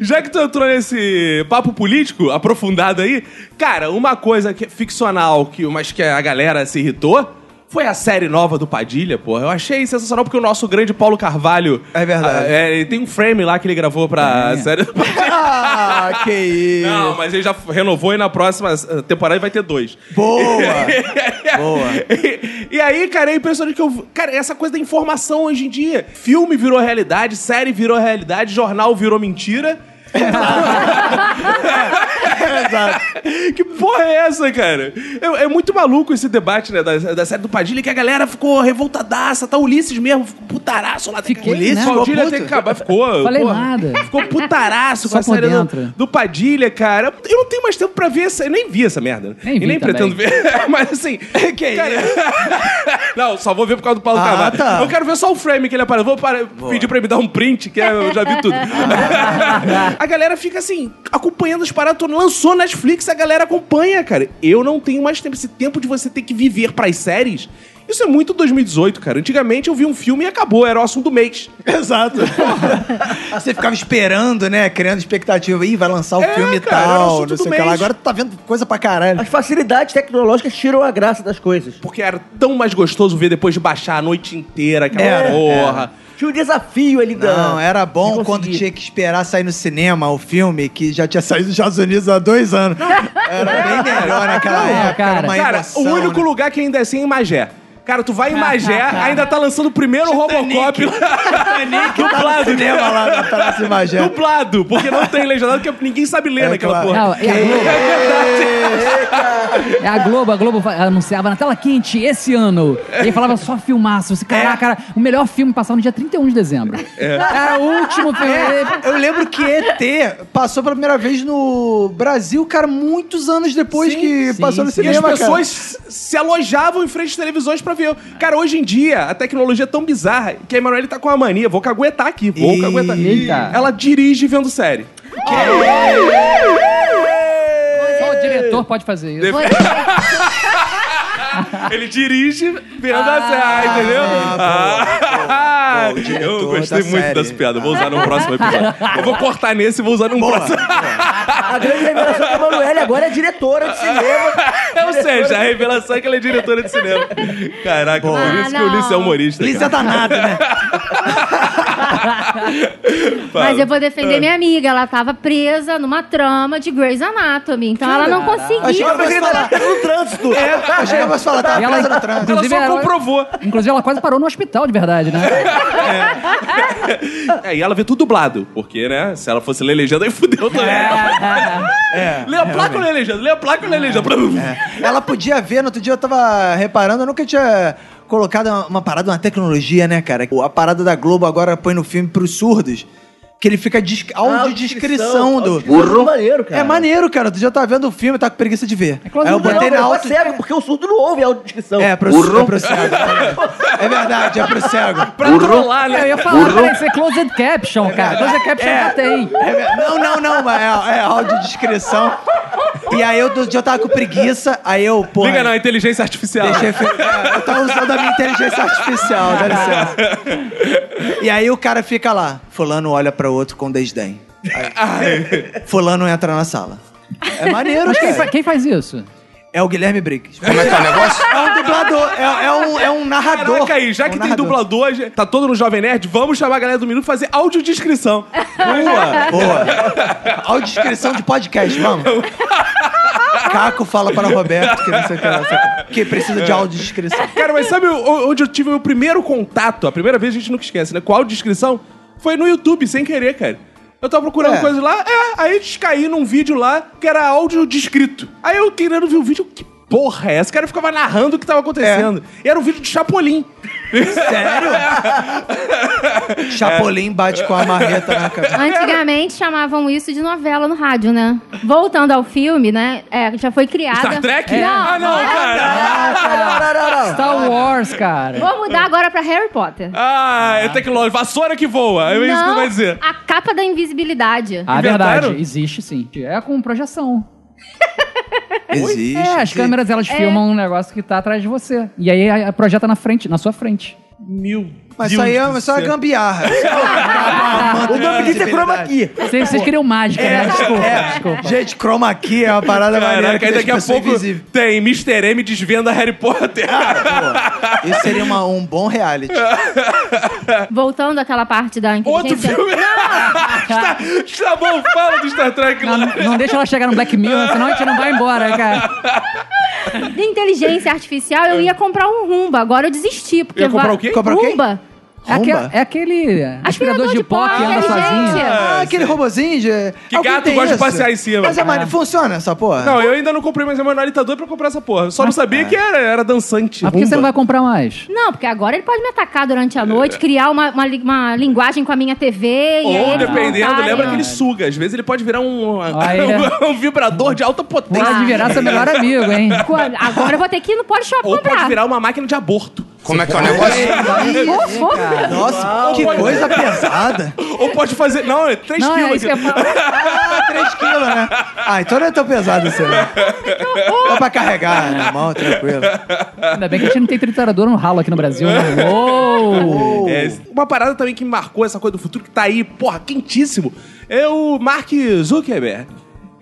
Já que tu entrou nesse papo político aprofundado aí, cara, uma coisa que é ficcional, que, mas que a galera se irritou, foi a série nova do Padilha, porra. Eu achei sensacional porque o nosso grande Paulo Carvalho.
É verdade.
Ah, é, ele tem um frame lá que ele gravou pra
É.
série do Padilha.
ah, que isso.
Não, mas ele já renovou e na próxima eh, temporada vai ter dois.
Boa! Boa.
E, e aí, cara, é impressionante que eu. Cara, essa coisa da informação hoje em dia. Filme virou realidade, série virou realidade, jornal virou mentira.
Exato.
que porra é essa, cara? É, é muito maluco esse debate, né, da, da série do Padilha, que a galera ficou revoltadaça, tá Ulisses mesmo, ficou putaraço lá.
Fiquei,
Ulisses,
né?
Padilha
Ficou
tem que
puto.
acabar, ficou.
Falei nada.
Ficou putaraço com
Só
a
por
série do,
dentro.
do Padilha, cara. Eu não tenho mais tempo pra ver essa. Eu nem vi essa merda.
Nem vi
e nem
também.
pretendo ver. Mas assim.
É, Que
não, só vou ver por causa do Paulo
Ah,
Carvalho.
tá.
Eu quero ver só o frame que ele aparece. Vou para- pedir pra ele me dar um print, que eu já vi tudo. a galera fica assim, acompanhando as paradas. todas. Lançou Netflix, a galera acompanha, cara. Eu não tenho mais tempo. Esse tempo de você ter que viver pras séries. Isso é muito 2018, cara. Antigamente eu vi um filme e acabou, era o assunto do mês.
Exato. Ah, Você ficava esperando, né? Criando expectativa. Ih, vai lançar o
É,
filme e
cara, era o
tal.
assunto
Não sei
do
o que lá.
mês.
Agora tu tá vendo coisa pra caralho.
As facilidades tecnológicas tiram a graça das coisas.
Porque era tão mais gostoso ver depois de baixar a noite inteira aquela
Era,
porra.
Tinha um desafio ali da.
Não, era bom
de
quando
conseguir.
tinha que esperar sair no cinema o filme, que já tinha saído dos Estados Unidos há dois anos. Era bem melhor naquela
Não,
época.
cara.
era uma
Cara,
emoção,
o único
né?
lugar que ainda é assim é em Magé. Cara, tu vai em Magé, ainda tá lançando o primeiro Robocop
Tá no
dublado,
cinema
né?
lá na Praça Imagé.
Dublado, porque não tem legendado, porque ninguém sabe ler
É,
naquela
claro.
porra.
Não, é a Globo. É a Globo, a Globo fa- anunciava na tela quente esse ano. E aí falava só filmaço. Você, caraca,
É.
cara, o melhor filme passava no dia 31 de dezembro.
É.
Era o último filme.
É, Eu lembro que ET passou pela primeira vez no Brasil, cara, muitos anos depois
Sim,
que
sim,
passou no
sim.
E as
cinema,
pessoas se alojavam em frente às televisões pra ver. Cara, hoje em dia, a tecnologia é tão bizarra que a Emanuele tá com a mania. Vou caguetar aqui, vou
Ih,
caguetar.
eita.
Ela dirige vendo série.
Só o diretor pode fazer isso.
Ele dirige vendo a série, entendeu? Ah,
Ah, boa, boa, boa. O diretor
eu gostei
da
muito
série.
dessa piada. Vou usar no próximo episódio. Eu vou cortar nesse e vou usar num
Boa.
próximo.
A grande revelação que a Manuela agora é diretora de cinema.
Ou seja, É a revelação é que ela é diretora de cinema. Caraca, por
Ah,
isso que o Ulisses é
não.
cara.
humorista. cara.
Lisa danada, né?
Mas eu vou defender minha amiga. Ela tava presa numa trama de Grey's Anatomy. Então ela não
Achei
conseguia.
que você falar.
No trânsito.
Achei que você falar,
E
tava
ela-
presa no
Ela
trânsito.
Inclusive,
só
ela-
comprovou.
Inclusive, ela quase parou no hospital de verdade, né?
É, e ela vê tudo dublado. Porque, né? Se ela fosse ler legenda, aí fudeu também.
É,
lê a placa ou lê a legenda? Lê a placa ou lê a legenda?
Ela podia ver, no outro dia eu tava reparando, eu nunca tinha colocado uma, uma parada, uma tecnologia, né, cara? A parada da Globo agora põe no filme pros surdos, que ele fica dis- audiodescrição do...
Burro. Maneiro, cara. É
É maneiro, cara. Tu já tá vendo o filme, tá com preguiça de ver.
claro,
Aí eu
não dá,
botei na
Não,
auto...
ele tá cego, porque o surdo não ouve a audiodescrição.
É, pro, é pro cego. É verdade, é pro cego.
Pra trollar,
Eu
né?
ia falar, peraí, isso é closed caption, cara. Closed caption já tem.
É ver- não, não, não, mas é, é audiodescrição. E aí eu, outro dia eu tava com preguiça, aí eu, pô...
Liga não, inteligência artificial.
Deixei fi- é, Eu tava usando a minha inteligência artificial, dá licença. E aí o cara fica lá. Fulano olha pra outro com desdém. Aí, fulano entra na sala. É maneiro,
Mas quem, fa-
cara.
quem faz isso?
É o Guilherme Briggs.
Como é que é o negócio?
É um dublador, é, é um, é um narrador.
Caraca aí, já
É um
que tem
narrador.
dublador, já- tá todo no Jovem Nerd, vamos chamar a galera do Minuto e fazer audiodescrição.
Boa, boa. Audiodescrição de podcast, vamos. macaco fala para Roberto que não sei o que, lá, não sei o que, que precisa de audiodescrição.
Cara, mas sabe o- onde eu tive o meu primeiro contato? A primeira vez a gente nunca esquece, né? Com audiodescrição? Foi no YouTube, sem querer, cara. Eu tava procurando
É.
coisa lá, é, aí descaí num vídeo lá que era áudio descrito. Aí eu querendo ver o vídeo, que porra é essa? O cara ficava narrando o que tava acontecendo. E era um vídeo de Chapolin.
Chapolin bate com a marreta na cabeça.
Antigamente chamavam isso de novela no rádio, né? Voltando ao filme, né? É, já foi criada.
Star Trek?
Não,
Ah, não, cara.
Star Wars, cara.
Vou mudar agora pra Harry Potter.
Ah, é tecnológico. Vassoura que voa. É isso que
Não,
tu vai dizer. é
A capa da invisibilidade.
Ah,
Inventaram?
verdade. Existe, sim. É com projeção.
Existe.
É, as câmeras, elas filmam um negócio que tá atrás de você. E aí a- a projeta na frente, na sua frente.
Meu
Mas isso aí é mas isso é uma gambiarra. Isso é uma- uma- uma
O nome disso é chroma key.
Vocês, vocês queriam mágica,
É,
né? Desculpa, desculpa.
Gente, chroma key é uma parada maneira
Caraca,
que
aí
deixa
daqui a
pessoa
pouco
invisível.
tem Mr. M desvenda Harry Potter.
Pô, Isso seria uma- um bom reality.
Voltando àquela parte da inteligência.
Outro filme. está, está bom, fala do Star Trek né?
Não,
lá.
não deixa ela chegar no Black Mirror, senão a gente não vai embora, cara.
De inteligência artificial, eu ia comprar um Rumba. Agora eu desisti. Porque
É. Ia comprar
va-
o quê?
Comprar o quê?
Rumba.
É, aque-
Rumba?
é aquele aspirador, de pó que é um- anda
inteligente.
sozinho.
Ah, aquele robozinho de...
É, Que
Alguém
gato
tem
gosta de
isso?
passear em cima.
Mas é, mane- funciona essa porra?
Não, eu ainda não comprei mais a manualita doida pra comprar essa porra. Só não sabia que era, era dançante.
Mas por que Ah, você não vai comprar mais?
Não, porque agora ele pode me atacar durante a noite, criar uma, uma, li- uma linguagem com a minha TV. e aí
Ou,
tá
eles
dependendo,
montarem
lembra
um-
que ele suga. Às vezes ele pode virar um,
Aí, né?
um vibrador de alta potência.
Pode virar seu melhor amigo, hein?
Co- Agora eu vou ter que ir no Poli Shop
Ou pode
comprar.
virar uma máquina de aborto.
Como é que é o negócio?
Ou- ou-
Nossa, que coisa pesada.
Ou pode fazer. Não, é 3
Não, é
quilos.
isso que eu
aqui. É
falo.
Ah, 3 quilos, né? Ah, então não é tão pesado assim, né? Dá pra carregar na mão, tranquilo.
Ainda bem que a gente não tem triturador no ralo aqui no Brasil, né? Uou!
É, uma parada também que marcou essa coisa do futuro, que tá aí, porra, quentíssimo, é o Mark Zuckerberg.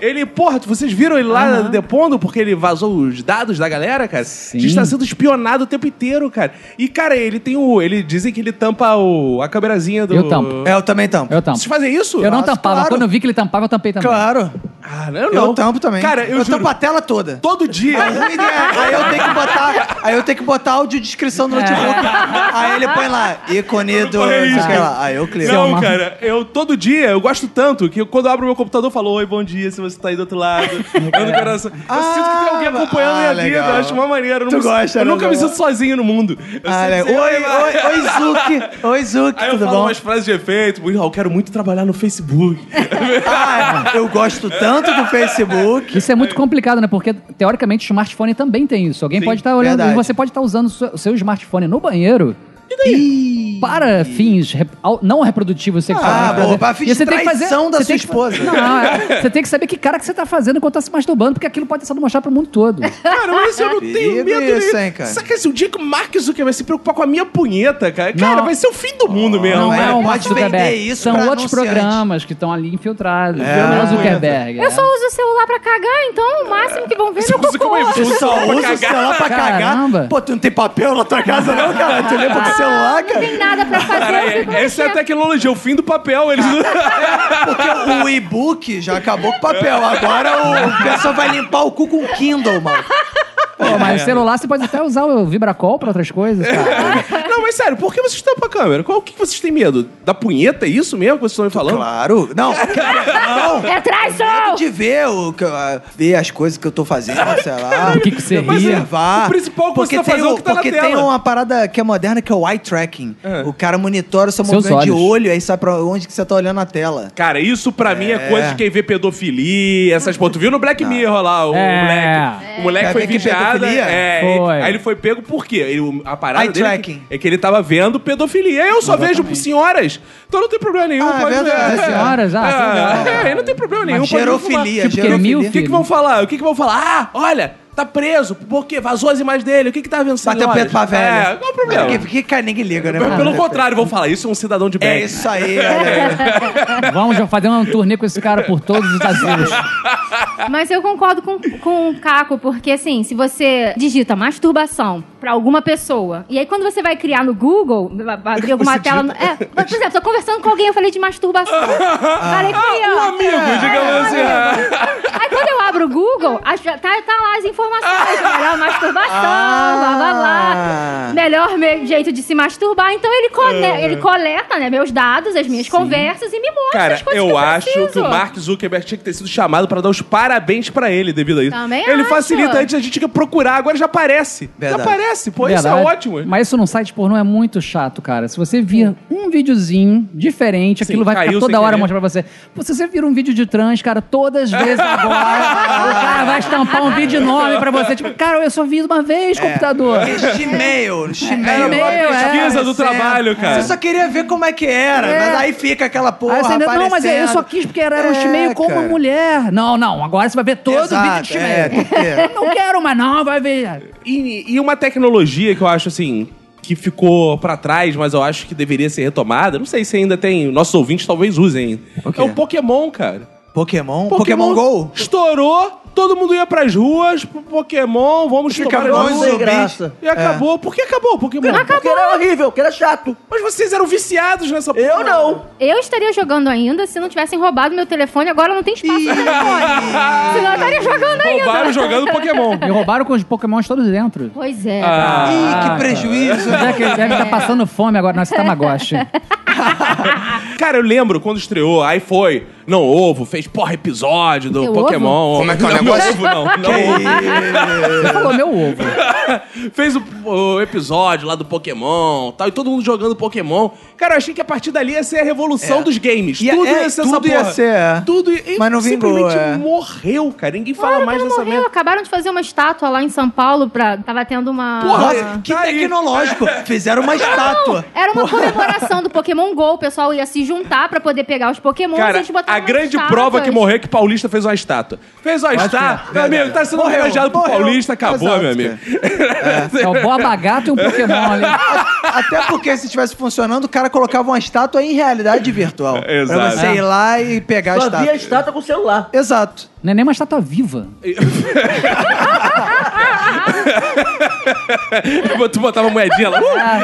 Ele, porra, vocês viram ele lá depondo porque ele vazou os dados da galera, cara? A gente tá sendo espionado o tempo inteiro, cara. E, cara, ele tem o. Ele dizem que ele tampa o, a câmerazinha do.
Eu tampo.
É, Eu também tampo.
Eu tampo.
Vocês fazem isso?
Eu não
Nossa,
tampava.
Ah, claro.
Quando eu vi que ele tampava, eu tampei também.
Claro.
Ah, não, eu
Eu
não.
tampo também.
Cara, eu, juro,
tampo a tela toda.
todo dia.
Mas o ideal- Aí eu tenho que botar, aí eu tenho que botar áudio descrição no
É.
notebook. Aí ele põe lá, ícone do,
É
não sei o
isso.
que lá. Aí eu clico.
Não,
Selma.
cara, eu todo dia, eu gosto tanto que eu- quando eu abro meu computador, eu falo: Oi, bom dia, se você tá aí do outro lado. Manda um coração. Eu
Ah,
sinto que tem alguém acompanhando
ah,
minha
legal.
vida, eu acho uma maneira. Eu não
Tu
me-
gosta,
Eu
né,
nunca me
Zé?
sinto sozinho no mundo. Eu
Ah,
sinto
legal.
que-
Oi, oi, oi, Zuki. Oi, Zuki,
Aí eu
tudo
falo
bom?
umas frases de efeito, muito, "Ah, eu quero muito trabalhar no Facebook.
Ah, eu gosto tanto do Facebook.
Isso é muito complicado, né? Porque, teoricamente, o smartphone também tem isso. Alguém pode estar olhando.
verdade.
Você pode estar usando o seu- o seu smartphone no banheiro.
Ih.
Para fins rep- au- não reprodutivos sexuais.
Ah,
prazer.
boa, para fins
E
de traição da
você tem
sua
que fa-
esposa.
Não, é, você tem que saber que cara que você tá fazendo enquanto tá se masturbando, porque aquilo pode ser mostrado pro mundo todo.
Cara, mas eu não tenho
Perigo
medo
É isso,
disso.
hein, cara?
Saca se um dia que o Mark Zuckerberg vai se preocupar com a minha punheta, cara, cara,
Não.
vai ser o fim do mundo mesmo. né?
Não,
Não,
é
é,
o
pode
Mark Zuckerberg.
vender isso
São
pra
outros
anunciante.
programas que estão ali infiltrados. É, o Zuckerberg. é.
Eu só uso o celular pra cagar, então o máximo que vão ver é meu
usa como
cocô.
exemplo.
Tu só
pra
usa o
cagar.
celular pra
Caramba.
cagar. Pô, tu não tem papel na tua casa, não, cara? Tu lembra do
Ah,
celular,
Não
cara?
tem nada pra
Cara,
fazer. eu
é-
fico
essa é a
mexendo.
tecnologia, o fim do papel. Eles não...
Porque o e-book já acabou com papel. Agora o, o pessoal vai limpar o cu com o Kindle, mano.
Pô, mas o celular você pode até usar o Vibracol pra outras coisas, cara.
Não, mas sério, por que vocês tampam a câmera? Qual, o que vocês têm medo? Da punheta? É isso mesmo que vocês estão me falando?
Claro. Não, cara, não.
É traição!
Medo de ver, o, que eu- ah, ver as coisas que eu tô fazendo, sei lá.
Do que que você
Mas
ri.
observar.
é, O principal que você tá
tem
fazendo é o que tá na
Porque
tela.
tem uma parada que é moderna, que é o eye tracking. O cara monitora o seu
Seus
movimento de
olhos.
olho, aí sabe pra onde que você tá olhando na tela.
Cara, isso pra mim é coisa de quem vê pedofilia, essas porra. Tu viu no Black Mirror lá, o
É.
moleque. O moleque
Quer
foi
ver que é
vigiado.
pedofilia?
É, ele-
Foi.
aí ele foi pego por quê? Ele- o- a parada
Eye
dele é que-
tracking.
é que ele tava vendo pedofilia. Eu só vejo senhoras. Então não tem problema nenhum.
Ah, é
pode
verdade,
ver.
senhoras, ah, que legal.
é, aí não tem problema nenhum. pode ver
Gerofilia,
Tipo, que é
gerofilia.
mil
O que, que vão falar? O que, que vão falar? Ah, olha, tá preso. Por quê? Vazou as imagens dele. O que, que tá vendo
Bateu o
senhoras?
peito pra velha.
É, qual o problema?
Porque, porque cara, ninguém liga, né?
Pelo
mano?
Pelo contrário, vão falar, isso é um cidadão de bem.
É isso aí, olha aí.
Vamos fazer um turnê com esse cara por todos os asilos.
Mas eu concordo com, com o Caco, porque assim, se você digita masturbação pra alguma pessoa. E aí, quando você vai criar no Google, vai- vai abrir alguma tela. no- É, por exemplo, tô conversando com alguém, eu falei de masturbação. Falei,
Ah, um
criança.
amigo, digamos
É, um
assim.
amigo.
ah.
Aí quando eu abro o Google, as- tá, tá lá as informações.
Ah.
Melhor masturbação, blá blá blá. Melhor me- jeito de se masturbar. Então ele, cone-
Ah.
ele coleta né, meus dados, as minhas conversas e me mostra
Cara,
as coisas
eu
que eu
acho
preciso.
que o Mark Zuckerberg tinha que ter sido chamado pra dar os parabéns pra ele devido a isso.
Também
ele
acho.
facilita antes a gente que procurar, agora já aparece.
Verdade.
Já aparece, pô, isso
Verdade.
é ótimo.
Mas isso num site pornô é muito chato, cara. Se você vir um videozinho diferente,
Sim,
aquilo vai
caiu
ficar toda
sem
hora
querer.
mostrando pra você. Pô, se você vir um vídeo de trans, cara, todas as vezes agora, o cara vai estampar um vídeo enorme pra você. Tipo, cara, eu só vi uma vez,
É.
computador.
Gmail,
É,
Gmail.
e-mail, é.
Pesquisa do trabalho, cara.
Você só queria ver como é que era, mas aí fica aquela porra
Aí você ainda, não, mas eu
aparecendo.
só quis porque era, era um
É,
Gmail com uma
cara.
mulher. Não, não, agora você vai ver todo o vídeo
Exato,
de Gmail.
é, tem que ter.
Não quero, mas não, vai ver.
E, e uma tecnologia que eu acho assim. Que ficou pra trás, mas eu acho que deveria ser retomada. Não sei se ainda tem. Nossos ouvintes talvez usem.
Ok.
É o Pokémon, cara.
Pokémon? Pokémon, Go?
Estourou, todo mundo ia pras ruas, pro Pokémon, vamos
Fica
tomar as
bom,
ruas.
Sem
zumbi.
graça. É.
E acabou. Por que acabou o Pokémon?
Porque era horrível, que era chato.
Mas vocês eram viciados nessa
Eu não.
Eu estaria jogando ainda se não tivessem roubado meu telefone. Agora não tem espaço no telefone. Senão eu estaria jogando ainda.
Roubaram jogando Pokémon. Ah.
E roubaram com os pokémons todos dentro.
Pois é.
Ih, que prejuízo.
Será que ele deve estar passando fome agora nesse Tamagotchi?
Cara, eu lembro quando estreou, aí foi. Não ovo, fez porra episódio do
Meu
Pokémon.
ovo?
Como é que é o
Não,
negócio?
Meu ovo, não. não ovo.
Você falou meu ovo.
Fez o, o episódio lá do Pokémon tal, e todo mundo jogando Pokémon. Cara, eu achei que a partir dali ia ser a revolução dos games.
E
tudo
é,
ia ser essa
tudo ia
porra.
ser, é.
Tudo ia...
Mas não vingou,
Simplesmente
é.
morreu, cara. Ninguém fala
Claro
mais
que não
dessa
morreu.
merda.
Acabaram de fazer uma estátua lá em São Paulo. Pra... Tava tendo uma...
Porra,
Nossa, que
Tá aí.
tecnológico. Fizeram uma estátua.
Era uma comemoração do Pokémon GO, o pessoal ia se juntar pra poder pegar os Pokémon
Cara, a grande prova que morreu é que Paulista fez uma estátua. Fez uma estátua. Meu amigo, tá sendo
é, Morreu,
homenageado pro
morreu.
Paulista, acabou,
Exato,
meu amigo.
É o Boba Gato e um Pokémon ali.
Até porque se estivesse funcionando, o cara colocava uma estátua em realidade virtual. Pra
Exato.
você ir lá e pegar a
Só
estátua.
via estátua com o celular.
Exato.
Não é nem uma estátua viva.
é.
Tu botava a moedinha lá.
Ah,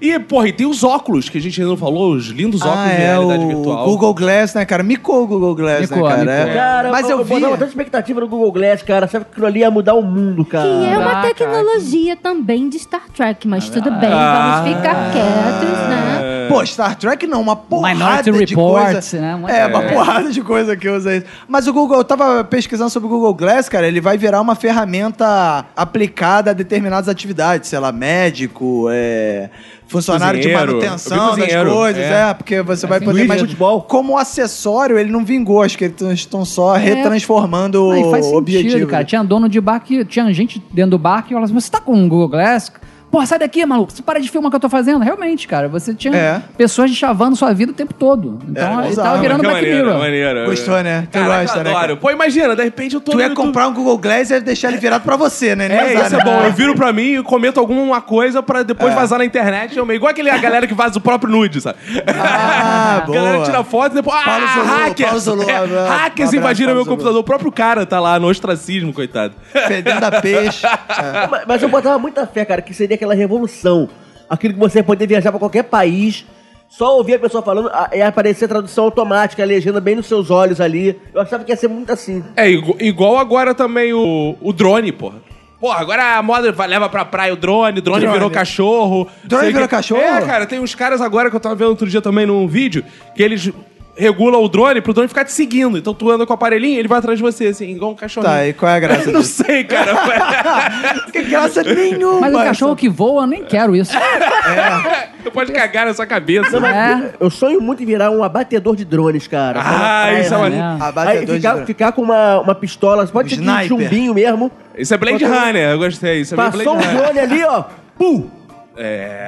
e, porra, e tem os óculos que a gente ainda não falou, os lindos óculos de realidade
Ah, é o
virtual.
Google Glass, né, cara? Micou o Google Glass,
Micou,
né, cara?
micou.
É.
Cara,
Mas eu, vi...
botava tanta expectativa no Google Glass, cara. Sabe que aquilo ali ia mudar o mundo, cara.
Que é uma
Caraca.
tecnologia também de Star Trek, mas tudo bem,
Ah.
vamos ficar quietos, né?
Pô, Star Trek não, uma porrada
Minority
de
Report,
coisa.
né? Uma-
É, uma porrada de coisa que usa isso. Mas o Google, eu tava pesquisando sobre o Google Glass, cara, ele vai virar uma ferramenta aplicada a determinadas atividades, sei lá, médico, é, funcionário
Cozinheiro.
de
Eu vi
manutenção das
cozinheiro,
coisas,
é.
é, porque você vai
sim.
poder
Juiz de
mais...
futebol.
Como acessório, ele não vingou, acho que eles estão só retransformando
Aí
o
É. faz sentido,
objetivo.
cara. Tinha dono de bar que. Tinha gente dentro do bar que falava assim: você tá com o Google Glass? Porra, sai daqui, maluco. Você para de filmar o que eu tô fazendo. Realmente, cara. Você tinha
É.
pessoas chavando sua vida o tempo todo. Então
É,
ele
exato.
tava
Mas
virando
Que
Black
maneiro,
Mirror.
maneiro.
Gostou, né? Tu
Caraca,
gosta,
eu
né,
adoro.
cara?
Pô, imagina, de repente eu tô
Tu
no
ia
YouTube.
comprar um Google Glass e ia deixar ele virado pra você, né? Nem
É,
usar,
isso
né? É.
é bom. Eu viro pra mim e comento alguma coisa pra depois vazar na internet. Eu meio igual aquele a galera que vaza o próprio nude, sabe?
Ah,
a
boa.
galera tira foto e depois. Ah,
Paulo Zulu,
hackers!
Paulo Zulu,
É,
abraço,
hackers
abraço,
invadiram meu
Paulo Zulu.
computador. O próprio cara tá lá no ostracismo, coitado.
Fedendo a peixe. É.
Mas- Mas eu botava muita fé, cara, que seria aquela revolução. Aquilo que você ia poder viajar pra qualquer país, só ouvir a pessoa falando a- e aparecer a tradução automática, a legenda bem nos seus olhos ali. Eu achava que ia ser muito assim.
É, igu- igual agora também o, o drone, porra. Porra, agora a moda vai- leva pra praia o drone, o drone,
Drone.
virou cachorro.
Drone
Sei
virou cachorro?
É, cara, tem uns caras agora que eu tava vendo outro dia também num vídeo, que eles regulam o drone pro drone ficar te seguindo. Então tu anda com o aparelhinho ele vai atrás de você, assim, igual um cachorrinho.
Tá, e qual é a graça
Não
disso?
sei, cara.
Que graça nenhuma.
Mas o cachorro que voa, eu nem quero isso.
Tu Pode cagar na sua cabeça.
É.
Eu sonho muito em virar um abatedor de drones, cara. Só na
Ah,
praia,
isso é
né?
maneiro.
né?
Aí
Abatedor
ficar,
de...
ficar com uma, uma pistola, pode ser de
Sniper.
chumbinho mesmo.
Isso é Blade
Botou-
Runner, É. eu gostei. Isso é bem
Passou um
Blade Runner.
drone ali, ó. Pum!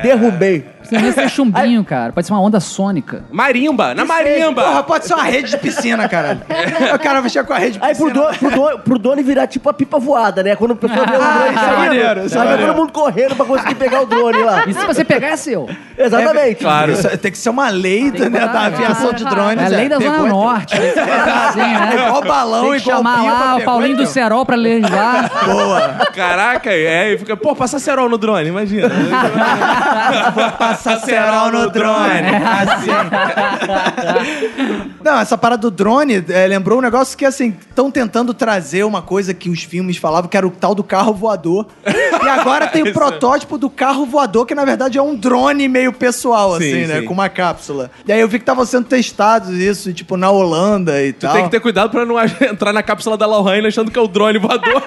Derrubei.
Não precisa nem É. ser chumbinho, cara. Pode ser uma onda sônica.
Marimba, na marimba!
Porra, pode ser é uma rede de piscina, caralho.
É.
o cara vai chegar com a rede de piscina.
Aí pro dono, pro, dono, pro dono virar tipo a pipa voada, né? Quando o pessoal vê o drone
isso é maneiro,
saindo,
isso é
vai ver
maneiro.
todo mundo correndo pra conseguir pegar o drone lá.
E se você pegar, é seu.
É,
Exatamente.
Claro.
Isso, tem que ser uma lei né, da aviação de drones.
Ah, É a lei da
pegou,
Zona
é-
Norte. tem que falar assim, né?
É igual
Tem
balão,
que
igual
chamar
pipa,
lá o
pegou,
Paulinho do
então.
Cerol pra legislar.
Boa.
Caraca, é, e fica, pô, passar cerol no drone, imagina.
Vou passar cerol no drone. Assim. Não, essa parada do drone é, lembrou um negócio que, assim, estão tentando trazer uma coisa que os filmes falavam, que era o tal do carro voador. E agora tem o protótipo do carro voador, que na verdade é um drone meio pessoal,
Sim,
assim, né?
sim.
Com uma cápsula. E aí eu vi que estavam sendo testados isso, tipo, na Holanda e tal.
Tem que ter cuidado pra não entrar na cápsula da Lorraine achando que é o drone voador.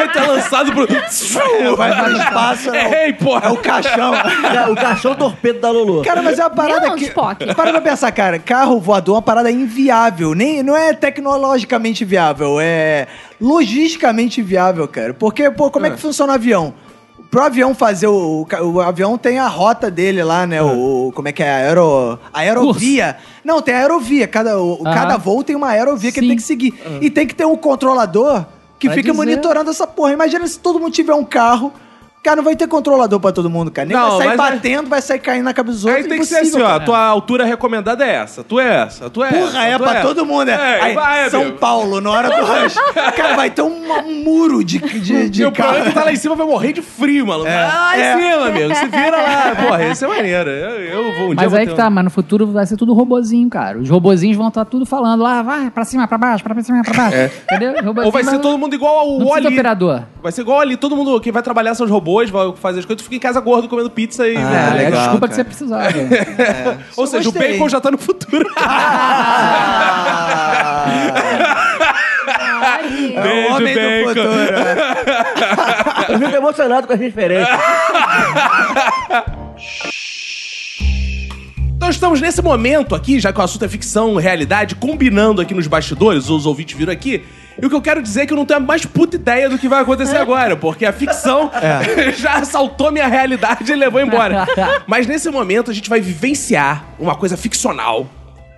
Aí tá lançado pro.
É, Vai pro espaço, né?
Ei, porra!
É o caixão.
Ca- é- O caixão torpedo da Lulu.
Cara, mas é uma
Deu
parada
um
que...
Spock.
Para pra pensar, cara. Carro voador é uma parada inviável. Nem, não é tecnologicamente viável, é logisticamente viável, cara. Porque, pô, como é, que funciona o avião? Pro avião fazer o, o ca- o avião tem a rota dele lá, né? O, o- como é que é? A aero, a aerovia. Não, tem a aerovia. Cada, o-
Aham.
cada voo tem uma aerovia que
Sim.
ele tem que seguir.
É.
E tem que ter um controlador que
Pra
fica
dizer.
monitorando essa porra. Imagina se todo mundo tiver um carro. Cara, não vai ter controlador pra todo mundo, cara. Nem
Não,
vai sair
mas vai-
batendo, vai sair caindo na cabeça dos outros.
Aí tem que ser assim,
impossível,
ó.
cara.
A tua altura recomendada é essa, tu é essa, tu é essa.
Porra, é
tu
pra todo mundo. É. Aí,
vai, é,
São
meu.
Paulo, na hora do rush. Cara, vai ter um, um muro de, de, É.
E
de
o problema é que
carro.
tá lá em cima vai morrer de frio, maluco. Ah, em cima, amigo. Se vira lá. Porra, esse é maneiro. Eu, eu vou um dia. eu
Mas
vou
aí
ter
que
um-
tá, mas no futuro vai ser tudo robozinho, cara. Os robozinhos vão estar tudo falando lá, vai, pra cima, pra baixo, pra cima, pra baixo. Entendeu?
É. Ou vai ser todo mundo igual ao
Não precisa de
Wally.
operador.
Vai ser igual ali, todo mundo que vai trabalhar são os robôs, vai fazer as coisas, tu fica em casa gordo comendo pizza e.
É,
Ah,
é a
legal,
desculpa
cara.
que você precisava. É.
Ou seja,
gostei.
o bacon já tá no futuro.
Ah,
Ai,
é o homem
Beijo,
do
bacon.
futuro. né?
Eu fico emocionado com as referências.
Então estamos nesse momento aqui, já que o assunto é ficção, realidade, combinando aqui nos bastidores, os ouvintes viram aqui. E o que eu quero dizer é que eu não tenho a mais puta ideia do que vai acontecer agora, porque a ficção já assaltou minha realidade e levou embora. Mas nesse momento a gente vai vivenciar uma coisa ficcional.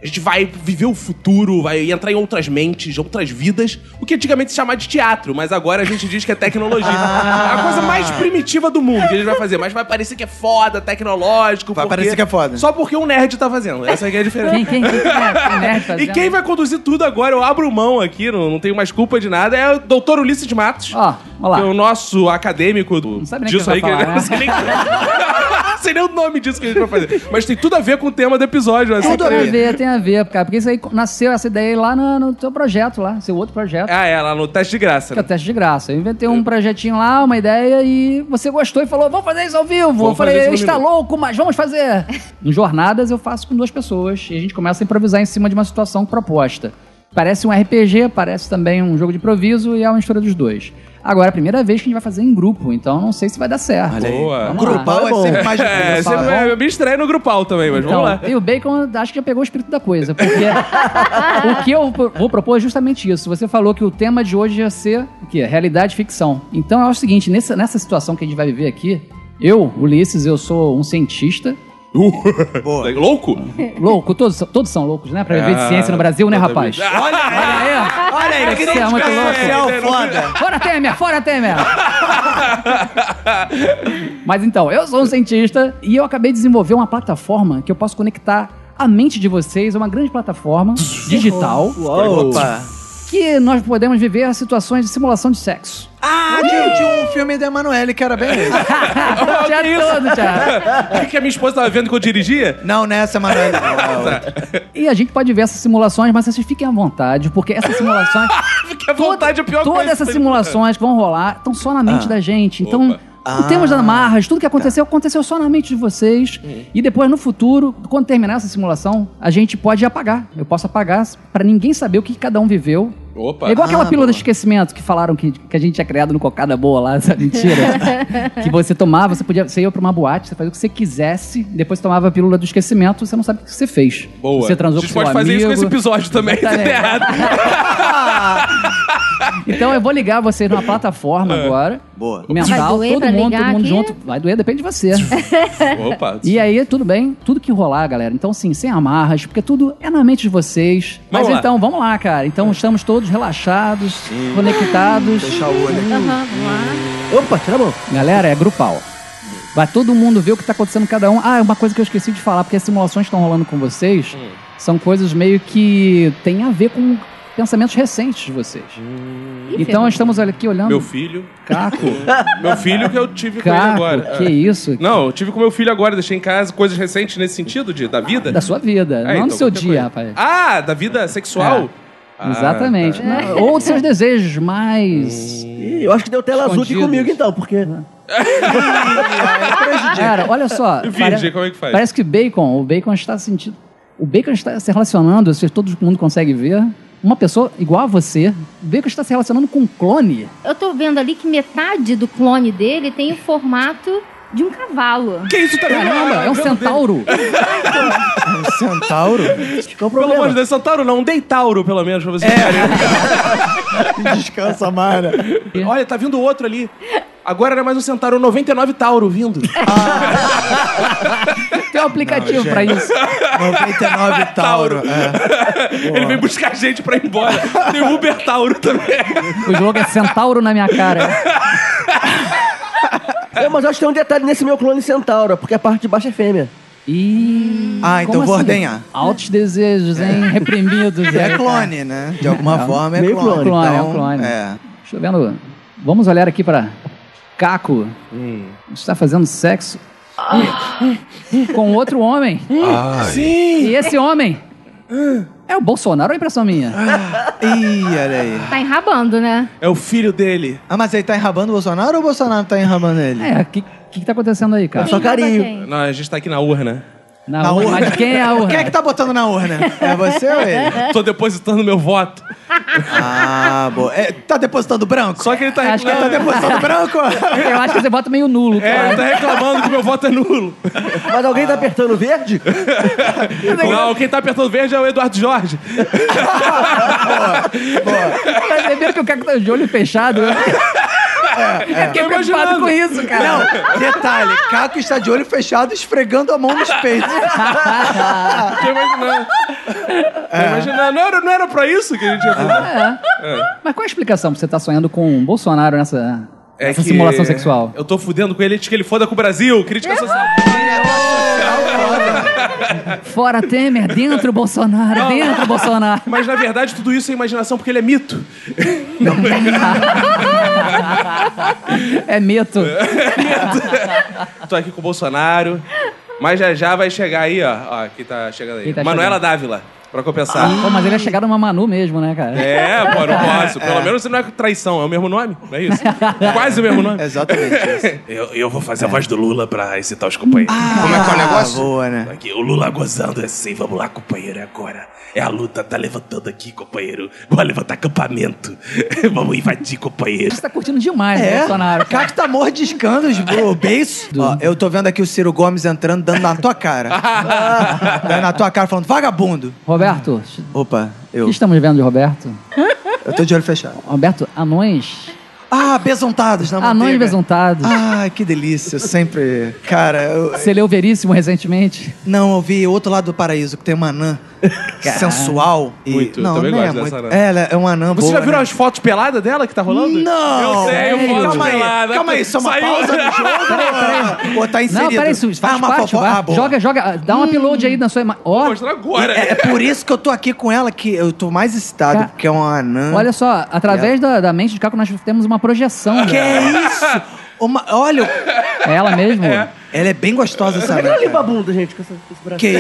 A gente vai viver o futuro, vai entrar em outras mentes, outras vidas, o que antigamente se chamava de teatro, mas agora a gente diz que é tecnologia. tá
Ah.
A
Ah.
coisa mais primitiva do mundo que a gente vai fazer, mas vai parecer que é foda, tecnológico.
Vai
porque-
parecer que é foda.
Só porque um nerd tá fazendo. Essa aqui é a diferença.
Quem, quem, quem, quem, é? Quem nerd
E
fazendo?
quem vai conduzir tudo agora, eu abro mão aqui, não, não tenho mais culpa de nada, é o doutor Ulisses de Matos.
Ó, ó lá.
Que é o nosso acadêmico do,
Não sabe nem
disso
o
aí.
que vai
que,
falar, né?
não sei nem, não sei nem o nome disso que a gente vai fazer. Mas tem tudo a ver com o tema do episódio. Assim,
Tem a ver, tem a ver, cara. Porque isso aí nasceu essa ideia aí lá no, no teu projeto, lá, seu outro projeto.
Ah, é, lá no teste de graça.
Que é o
Né?
teste de graça. Eu inventei um projetinho lá, uma ideia, e você gostou e falou: vamos fazer isso ao vivo.
Vamos
eu falei,
fazer isso no
está
minuto."
louco, mas vamos fazer. em jornadas eu faço com duas pessoas e a gente começa a improvisar em cima de uma situação proposta. Parece um RPG, parece também um jogo de improviso e é uma mistura dos dois. Agora é a primeira vez que a gente vai fazer em grupo, então não sei se vai dar certo.
Boa.
Vamos lá.
Grupal é sempre mais difícil.
É,
fala.
sempre é, me estranho no grupal também, mas vamos lá.
Então, e o Bacon acho que já pegou o espírito da coisa, porque o que eu vou propor é justamente isso. Você falou que o tema de hoje ia ser o quê? Realidade e ficção. Então é o seguinte, nessa, nessa situação que a gente vai viver aqui, eu, Ulisses, eu sou um cientista.
Boa.
Uh, Louco?
Louco, todos, são- todos são loucos, né? Pra viver de
Ah,
ciência no Brasil, né,
exatamente.
rapaz?
Olha aí.
Olha aí!
Olha aí, que um
Você é muito
diferencial
louco.
foda.
Fora Temer, fora Temer! Mas então, eu sou um cientista e eu acabei de desenvolver uma plataforma que eu posso conectar a mente de vocês a uma grande plataforma digital
Opa.
que nós podemos viver situações de simulação de sexo.
Ah, de, de um filme da Emanuele que era bem esse.
Já todo, já.
O que a minha esposa tava vendo que eu dirigia? Tá.
Não, é nessa Emanuele.
E a gente pode ver essas simulações, mas vocês fiquem à vontade, porque essas simulações.
Porque a vontade é a pior
todas
coisa.
essas simulações que vão rolar estão só na mente da gente. Então,
Opa.
Ah. Tá.
em termos de amarras, tudo que aconteceu, aconteceu só na mente de vocês. E depois, no futuro, quando terminar essa simulação, a gente pode apagar. Eu posso apagar pra ninguém saber o que cada um viveu.
Opa.
É igual aquela
Ah,
pílula
boa.
de esquecimento que falaram que, que a gente tinha criado no Cocada Boa lá, essa mentira. que
É.
você tomava, você podia, você ia pra uma boate, você fazia o que você quisesse, depois você tomava a pílula do esquecimento, você não sabe o que você fez.
Boa.
Você transou
a
com
gente
seu
pode
amigo.
fazer isso com esse episódio também, tá
Exatamente.
errado.
Então eu vou ligar vocês numa plataforma
É.
agora.
Boa.
Mental,
doer
todo
pra
mundo, todo
ligar
mundo
aqui?
junto. Vai doer, depende de você.
Opa.
E aí, tudo bem, tudo que rolar, galera. Então, assim, sem amarras, porque tudo é na mente de vocês.
Vamos
Mas
lá.
então, vamos lá, cara. Então, estamos todos relaxados, conectados.
Deixar o olho aqui.
Aham, vamos lá.
Opa, tira a mão.
Galera, é grupal. Vai todo mundo ver o que tá acontecendo com cada um. Ah, uma coisa que eu esqueci de falar, porque as simulações que estão rolando com vocês
Hum.
são coisas meio que tem a ver com pensamentos recentes de vocês. então, estamos aqui olhando...
Hum. Meu filho.
Caco,
Meu filho que eu tive com ele
Caco,
agora.
que isso?
Não, eu tive com meu filho agora, deixei em casa coisas recentes nesse sentido de, da vida.
Da sua vida,
Ah,
não
então,
do seu
qualquer coisa.
dia, rapaz. É,
Ah, da vida sexual? Ah,
Exatamente. Não, Ou dos seus desejos mais.
Ih, eu acho que deu tela azul aqui
Escondidos.
comigo então, porque.
Cara, olha só.
Virgem,
pare-
como é que faz?
Parece que bacon, o bacon está sentindo. O bacon está se relacionando, se todo mundo consegue ver. Uma pessoa igual a você, o bacon está se relacionando com um clone.
Eu tô vendo ali que metade do clone dele tem o formato de um cavalo.
Que isso tá também?
Caramba, é um centauro.
Um centauro?
Qual
Pelo amor
o
de
problema?
Deus, Santauro não, um deitauro, pelo menos, pra você. É.
Descansa, Mara.
Olha, tá vindo outro ali. Agora era mais um Centauro, 99 Tauro vindo.
Tem um aplicativo pra isso.
99 Tauro. É.
Ele vem buscar gente pra ir embora. Tem o Uber Tauro também.
O jogo é centauro na minha cara.
É, mas eu acho que tem um detalhe nesse meu clone centauro, porque a parte de baixo é fêmea.
E.
Ah, então
como
vou
assim?
ordenhar.
Altos desejos, hein? Reprimidos.
É
hein?
clone, né? De alguma forma é
meio
clone.
clone,
clone, é
então,
um clone.
é.
Deixa eu vendo. Vamos olhar aqui para Caco. Está fazendo sexo com outro homem. Sim. E esse homem é o Bolsonaro, ou é impressão minha.
Ah, Ih, olha aí.
Tá enrabando, né?
É o filho dele.
Ah, mas ele tá enrabando o Bolsonaro ou o Bolsonaro tá enrabando ele? É
É, o que, que que tá acontecendo aí, cara?
Só
Quem enraba
carinho.
quem?
Não, a gente tá aqui na urna.
Na urna. Mas de quem é a urna?
Quem é que tá botando na urna? É você ou ele?
Tô depositando meu voto.
Ah, boa. É, tá depositando branco?
Só que ele tá
Acho que
Tá
reclamando.
depositando branco?
Eu acho que você bota meio nulo.
É,
cara.
ele tá reclamando que meu voto é nulo.
Mas alguém tá apertando verde?
Não, quem tá apertando verde é o Eduardo Jorge.
Perceberam que o Caco tá de olho fechado?
É.
Eu fiquei
Tô
preocupado
imaginando.
com isso, cara.
Não, detalhe. Caco está de olho fechado esfregando a mão nos peitos.
Tô imaginando.
É.
Tô imaginando. Não era, não era pra isso que a gente ia fazer.
Mas qual é a explicação pra você tá sonhando com o Bolsonaro nessa,
É
nessa
que
simulação sexual?
Eu tô fudendo com ele antes que ele foda com o Brasil. Crítica social.
Fora Temer, dentro Bolsonaro, dentro Bolsonaro.
Mas na verdade tudo isso é imaginação porque ele é mito.
É mito.
Tô aqui com o Bolsonaro. Mas já já vai chegar aí, ó. ó quem tá chegando aí.
Quem tá
Manuela
chegando?
Dávila, pra compensar.
Pô, mas ele é chegado numa Manu mesmo, né, cara?
É, pô, não posso. Pelo menos não é traição, é o mesmo nome, não é isso? Quase o mesmo nome.
Exatamente isso.
Eu, eu vou fazer a voz do Lula pra excitar os companheiros.
Como é que é o negócio? boa, né?
Aqui, o Lula gozando é assim, vamos lá, companheiro, é agora. É a luta, tá levantando aqui, companheiro. Vamos levantar acampamento. vamos invadir, companheiro.
Você tá curtindo demais, né, Bolsonaro.
É? Caco tá mordiscando os o beiço. Ó, eu tô vendo aqui o Ciro Gomes entrando, dando na tua cara. dando na tua cara, falando, vagabundo.
Roberto,
Opa,
o
eu,
que estamos vendo de Roberto?
eu tô de olho fechado.
Roberto, anões.
Ah, besuntados na
Anões
manteiga.
besuntados.
Ai, que delícia. Eu sempre... Cara, eu
Você leu Veríssimo recentemente?
não eu vi Outro Lado do Paraíso, que tem uma anã sensual. E...
Muito, eu
não,
também
não é
gosto dessa
muito.
anã.
Ela é uma anã
Você
boa,
já viu
né?
as fotos peladas dela que tá rolando?
Não!
Eu sei, eu foto
calma
pelada.
aí, calma aí, só uma
Saiu-
pausa no jogo? Ou tá inserido?
Não, né? peraí, isso faz
ah, uma
parte.
fofoca?
vai.
Ah, boa.
joga, joga. Dá um upload aí na sua ima- Ó,
Vou mostrar agora.
É, é por isso que eu tô aqui com ela, que eu tô mais excitado,
Ca-
porque é uma anã.
olha só, através da, da mente de Caco nós temos uma projeção.
Que
dela.
é isso? Uma- olha,
É ela mesmo?
ela é bem gostosa essa
Como é que ela
anã.
limpa a
cara.
bunda, gente, com essa- com esse braço?
Que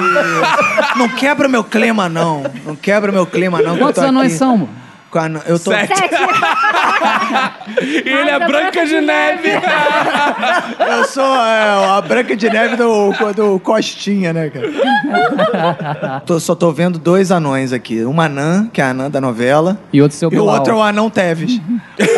isso? Não quebra meu clima, não. Não quebra meu clima, não. que eu tô
Quantos anões
aqui
são?
com a anã. Eu tô... tá
Sete. E ele é
da
Branca de Neve.
Eu sou é, a Branca de Neve do, do Costinha, né, cara? Tô- só tô vendo dois anões aqui. Uma anã, que é a anã da novela.
E outro seu
E o
Bilal.
outro é o anão Teves.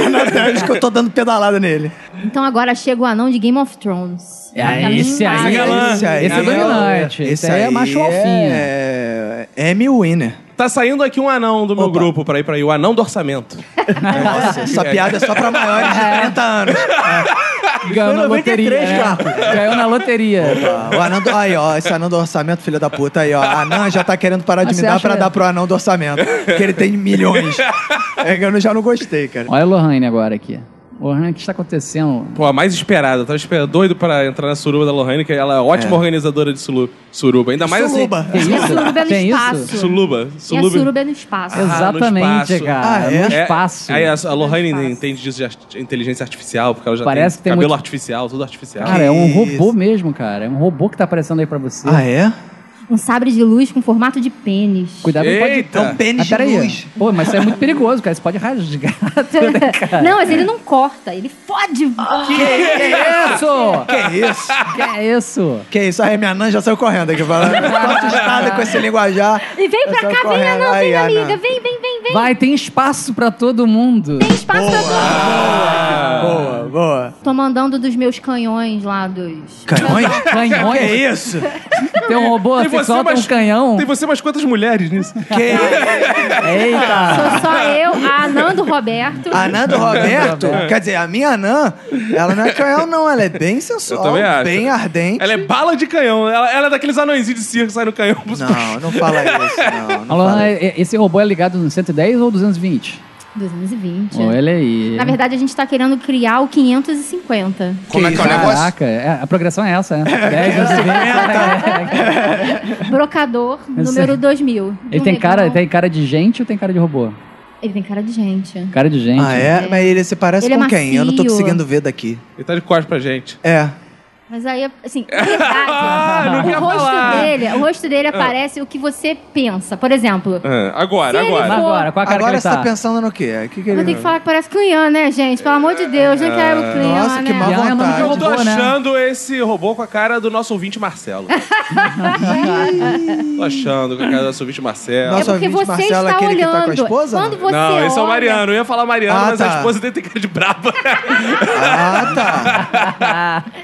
anão Teves que eu tô dando pedalada nele.
Então agora chega o anão de Game of Thrones.
É,
Aquela
esse aí.
imagem.
Esse é dominante, esse aí é macho é alfinha.
É... M Winner.
Tá saindo aqui um anão do meu
Opa.
grupo pra ir pra aí, o anão do orçamento.
Nossa, essa piada é só pra maiores de 30 anos.
É.
Ganhou na
93,
loteria. né? Ganhou na loteria.
Ah, O anão do... Aí, ó, esse anão do orçamento, filho da puta, aí, ó. A Anã já tá querendo parar de
Mas
me
Ah, você
dar
acha-
pra dar pro anão do orçamento. Que ele tem milhões. É que eu já não gostei, cara.
Olha a Lohane agora aqui. Lohane, o que está acontecendo?
Pô, a mais esperada. Eu tava esperando, doido pra entrar na suruba da Lohane, que ela é ótima organizadora de sulu- suruba. Ainda mais
Suruba.
Tem
E a
isso?
suruba no
Tem
espaço.
isso?
assim. Suruba.
E a
Suruba.
suruba no espaço.
Ah, no
Exatamente,
espaço.
cara.
Ah, é?
No espaço.
Aí a, a Lohane
Espaço.
entende disso de art- inteligência artificial, porque ela já
Parece
tem
que tem
cabelo
muito-
artificial, tudo artificial.
Cara, é um robô
Isso.
mesmo, cara. É um robô que tá aparecendo aí pra você.
Ah, é?
Um sabre de luz com formato de pênis.
Cuidado, não pode...
Eita.
É um pênis
Ah,
de
peraí.
luz.
Pô, mas isso é muito perigoso, cara. Isso pode rasgar.
não, mas ele não corta, ele fode.
que é isso?
Que isso?
Que é isso?
Que isso? Aí minha Anã já saiu correndo aqui, falando. Tô assustada com esse linguajar.
E vem
Eu
pra
saio
cá, vem,
correndo.
anão,
Aí,
vem,
Ana.
amiga, vem, vem, vem, vem.
Vai, tem espaço pra todo mundo.
Tem espaço pra todo tá
Boa, boa.
Tô mandando dos meus canhões lá dos.
Canhões?
Canhões?
Que
é
isso?
Tem um robô sexual, tem um canhão.
Tem você mais quantas mulheres nisso?
Eita.
Sou só eu, a Anã do Roberto.
A Anã do Roberto, quer dizer, a minha Anã, ela não é canhão, não. Ela é bem sensual,
Eu também acho.
bem ardente.
Ela é bala de canhão. Ela, ela é daqueles anõezinhos de circo, sai no canhão.
Não, não fala isso, não. não
Alô,
fala isso.
e- esse robô é ligado no 110 ou 220?
220.
Olha aí.
Na verdade, a gente tá querendo criar o 550.
Como é que é o negócio?
Caraca, é, a progressão é essa, né? 10, 220.
Brocador
Isso
número
aí.
2000.
Ele
Um
tem
negão.
cara, tem cara de gente ou tem cara de robô?
Ele tem cara de gente.
Cara de gente.
Ah, é? Mas ele se parece
Ele é
com quem? Eu não tô
macio.
conseguindo ver daqui.
Ele tá de costas pra gente.
É.
Mas aí, assim, na
Ah,
verdade, o rosto dele, o rosto dele aparece o que você pensa. Por exemplo,
Ah, agora,
Se ele
agora.
Mas agora, qual a cara
Agora
que
você
ele
tá
tá?
pensando no quê? O que que
eu vou ter
ele...
que falar que parece Clean, né, gente? Pelo amor de Deus, não quero
Ah.
Clean,
Nossa,
né?
que mal-
Leão é nome de
Ah. Eu tô
robô, né?
achando esse robô com a cara do nosso ouvinte Marcelo. tô achando com a cara do nosso ouvinte Marcelo.
É
Nossa,
porque
ouvinte,
você
Marcelo,
está
aquele que tá
olhando.
com a esposa?
Quando você
não, esse é o
olha-
Mariano. Eu ia falar Mariano,
Ah,
mas a
tá.
esposa dele tem cara de braba.
Ah, tá.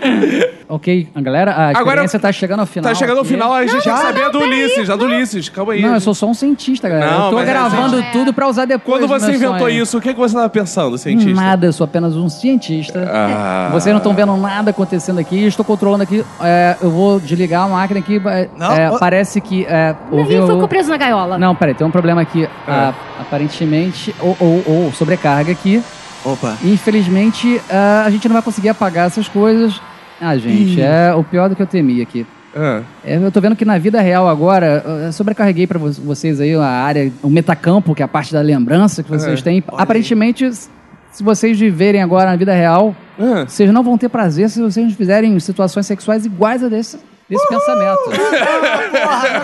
Ok, galera, a
Agora-
experiência tá chegando ao final.
tá chegando ao
aqui.
final, a gente já
não,
sabia do Ulisses, já do Ulisses. Calma aí.
Não, eu sou só um cientista, galera.
Não,
eu tô
mas é,
gravando
gente.
tudo pra usar depois.
Quando
no
você
meu
inventou
sonho.
isso, o que, é que você tava pensando, cientista?
Nada, eu sou apenas um cientista.
Ah.
Vocês não estão vendo nada acontecendo aqui, estou controlando aqui. é, eu vou desligar a máquina aqui. é,
Não,
é,
ô-
Parece que. É,
Não,
ouviu-
Ele ficou preso na gaiola.
Não, peraí, tem um problema aqui. Ah, aparentemente, ou, ou, ou sobrecarga aqui.
Opa.
Infelizmente, ah, a gente não vai conseguir apagar essas coisas. Ah, gente, é o pior do que eu temia aqui.
Ah.
É, eu tô vendo que na vida real agora, eu sobrecarreguei pra vo- vocês aí a área, o metacampo, que é a parte da lembrança que vocês têm. Aparentemente, s- se vocês viverem agora na vida real,
Ah.
vocês não vão ter prazer se vocês não fizerem situações sexuais iguais a desse, desse pensamento.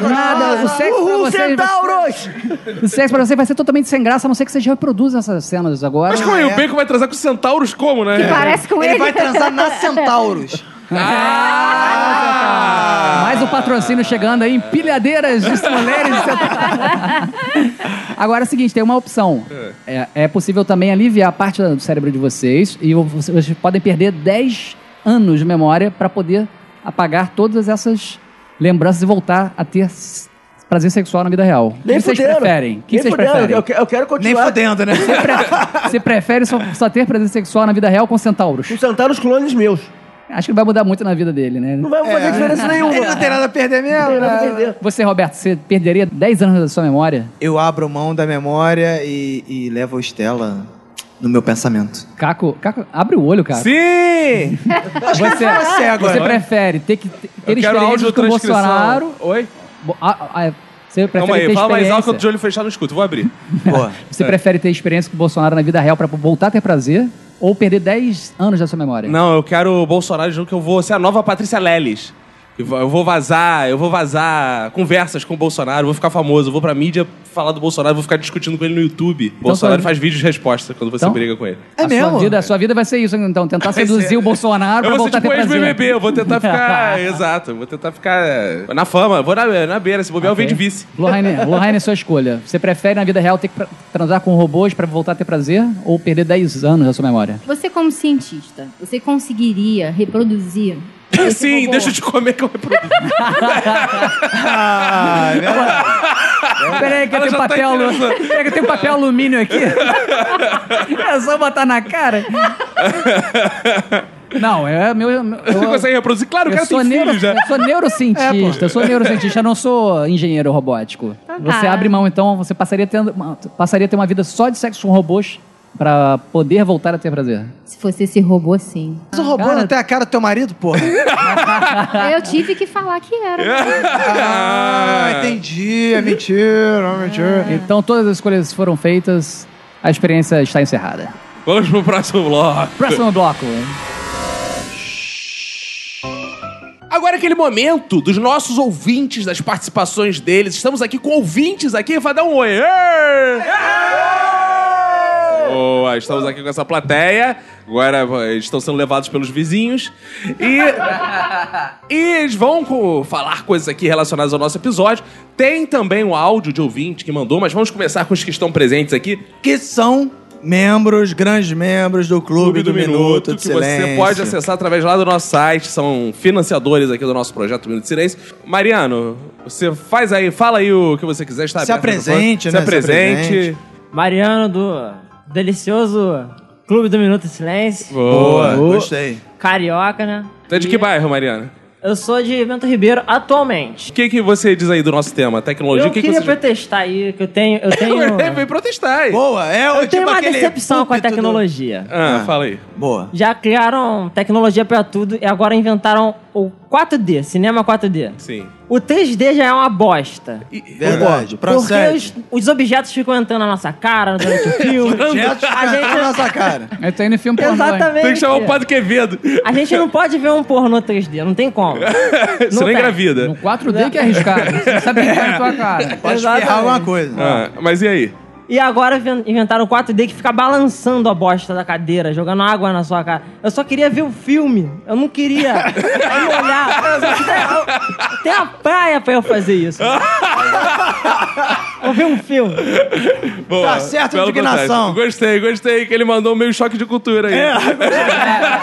Nada, o sexo pra
Uhul,
tá-
vocês...
centauros!
O sexo pra vocês vai ser totalmente sem graça, a não ser que vocês reproduzam essas cenas agora.
Mas como aí, o Bacon vai transar com centauros como, né?
Que parece com ele.
é. Ele vai transar na Centauros.
Ah!
Mais um patrocínio chegando aí em pilhadeiras de mulheres. Agora é o seguinte, tem uma opção. É, é possível também aliviar parte do cérebro de vocês e vo- vocês podem perder 10 anos de memória para poder apagar todas essas lembranças e voltar a ter s- prazer sexual na vida real. O que vocês
fuderam.
preferem? O que
Nem
vocês
fuderam,
É
preferem?
Eu, que- eu quero
Nem
continuar
fodendo, né?
Você prefere só, só ter prazer sexual na vida real com centauros?
com centauros clones meus.
Acho que não vai mudar muito na vida dele, né?
Não vai fazer diferença nenhuma.
É. Ele não tem nada a perder mesmo,
Vai
né?
perder.
Você, Roberto, você perderia 10 anos da sua memória?
Eu abro mão da memória e, e levo a Estela no meu pensamento.
Caco, Caco, abre o olho, cara.
Sim!
Você,
você agora.
você prefere ter que ter
Eu quero um
experiências
áudio
com o
transcrição.
Bolsonaro.
Oi?
Bo- a- a- você
Calma
prefere
aí,
ter
fala mais alto que eu tô de
experiência.
olho fechado não escuto. Vou abrir.
Boa.
É.
Você prefere ter experiência com o Bolsonaro na vida real pra voltar a ter prazer ou perder 10 anos da sua memória?
Não, eu quero o Bolsonaro junto que eu vou ser a nova Patrícia Leles. Eu vou- eu vou vazar, eu vou vazar conversas com o Bolsonaro, vou ficar famoso, eu vou pra mídia falar do Bolsonaro, vou ficar discutindo com ele no YouTube. Bolsonaro
tá-
faz vídeos de resposta quando você
Então?
briga com ele.
a
É mesmo?
Sua vida, a sua vida vai ser isso, então. Tentar
Vai
seduzir
ser.
o Bolsonaro
eu
Ah, pra
vou ser
voltar
tipo
a ter prazer.
ex-BBB, eu vou tentar ficar. exato, eu vou tentar ficar eh, na fama, eu vou na, na beira, se bobear, eu venho de vice.
Lohane, Lohane é sua escolha. Você prefere na vida real ter que pra- transar com robôs pra voltar a ter prazer ou perder 10 anos da sua memória?
Você, como cientista, você conseguiria reproduzir Esse
Sim,
robô.
deixa eu te comer que eu reproduzo.
Ah, é verdade.
Ah! Peraí, que eu
Ela já
tenho
tá
papel. alu-
interessada.
Peraí, que eu tenho papel alumínio aqui. é só botar na cara. Não, é meu. eu-
Você consegue reproduzir? Claro, o
Eu
cara
sou,
tem
neuro,
filho já. É,
eu sou neurocientista, eu sou neurocientista, eu não sou engenheiro robótico. Você
tá.
abre mão, então, você passaria, tendo, uma- passaria a ter uma vida só de sexo com robôs pra poder voltar a ter prazer.
Se fosse esse robô, sim.
Mas o robô
Cara-
não tem a cara do teu marido, porra?
Eu tive que falar que era.
ah, entendi. É mentira, é mentira.
Então, todas as escolhas foram feitas, a experiência está encerrada.
Vamos pro próximo bloco.
Próximo bloco.
Agora é aquele momento dos nossos ouvintes, das participações deles. Estamos aqui com ouvintes aqui, vai dar um oi. Ei! Boa, estamos aqui com essa plateia. Agora eh, estão sendo levados pelos vizinhos. E, e eles vão co- falar coisas aqui relacionadas ao nosso episódio. Tem também um áudio de ouvinte que mandou, mas vamos começar com os que estão presentes aqui.
Que são membros, grandes membros do Clube, do, Minuto, de
que você
Silêncio.
pode acessar através lá do nosso site, são financiadores aqui do nosso projeto Minuto de Silêncio. Mariano, você faz aí, fala aí o que você quiser, está
Se
aberto o microfone.
apresente, né?
Se
Se
apresente.
apresente.
Mariano do delicioso Clube do Minuto de Silêncio.
Boa, gostei.
Carioca, né?
Você é de que bairro, Mariano?
Eu sou de Vento Ribeiro atualmente.
O que, que você diz aí do nosso tema? Tecnologia?
Eu
o que, que
queria
você.
protestar aí, que eu tenho. Eu tenho,
Ele veio protestar aí.
Boa, é
eu
ótimo
tenho uma
aquele
decepção com a
púlpito do-
tecnologia.
Ah, fala aí.
Boa.
Já criaram tecnologia pra tudo e agora inventaram o 4D, cinema 4D.
Sim.
O 3D já é uma bosta.
Verdade.
porque
Processo.
os, os objetos ficam entrando na nossa cara durante o filme.
Objetos
a gente-
na nossa cara.
Eu tô indo em filme pornô, hein?
Exatamente.
Tem que chamar o Padre Quevedo.
A gente não pode ver um pornô 3D, não tem como.
Você
tem.
nem engravida.
No 4D que é arriscado. Você sabe quem tá na tua cara.
Pode
Exatamente.
espirrar alguma coisa.
Ah, mas e aí?
E agora ven- inventaram o 4D que fica balançando a bosta da cadeira, jogando água na sua cara. Eu só queria ver o filme. Eu não queria ir olhar. Tem a praia pra eu fazer isso. Vou ver um filme.
Boa,
Tá certo,
belo protesto.
indignação.
Gostei, gostei que ele mandou meio choque de cultura aí.
É.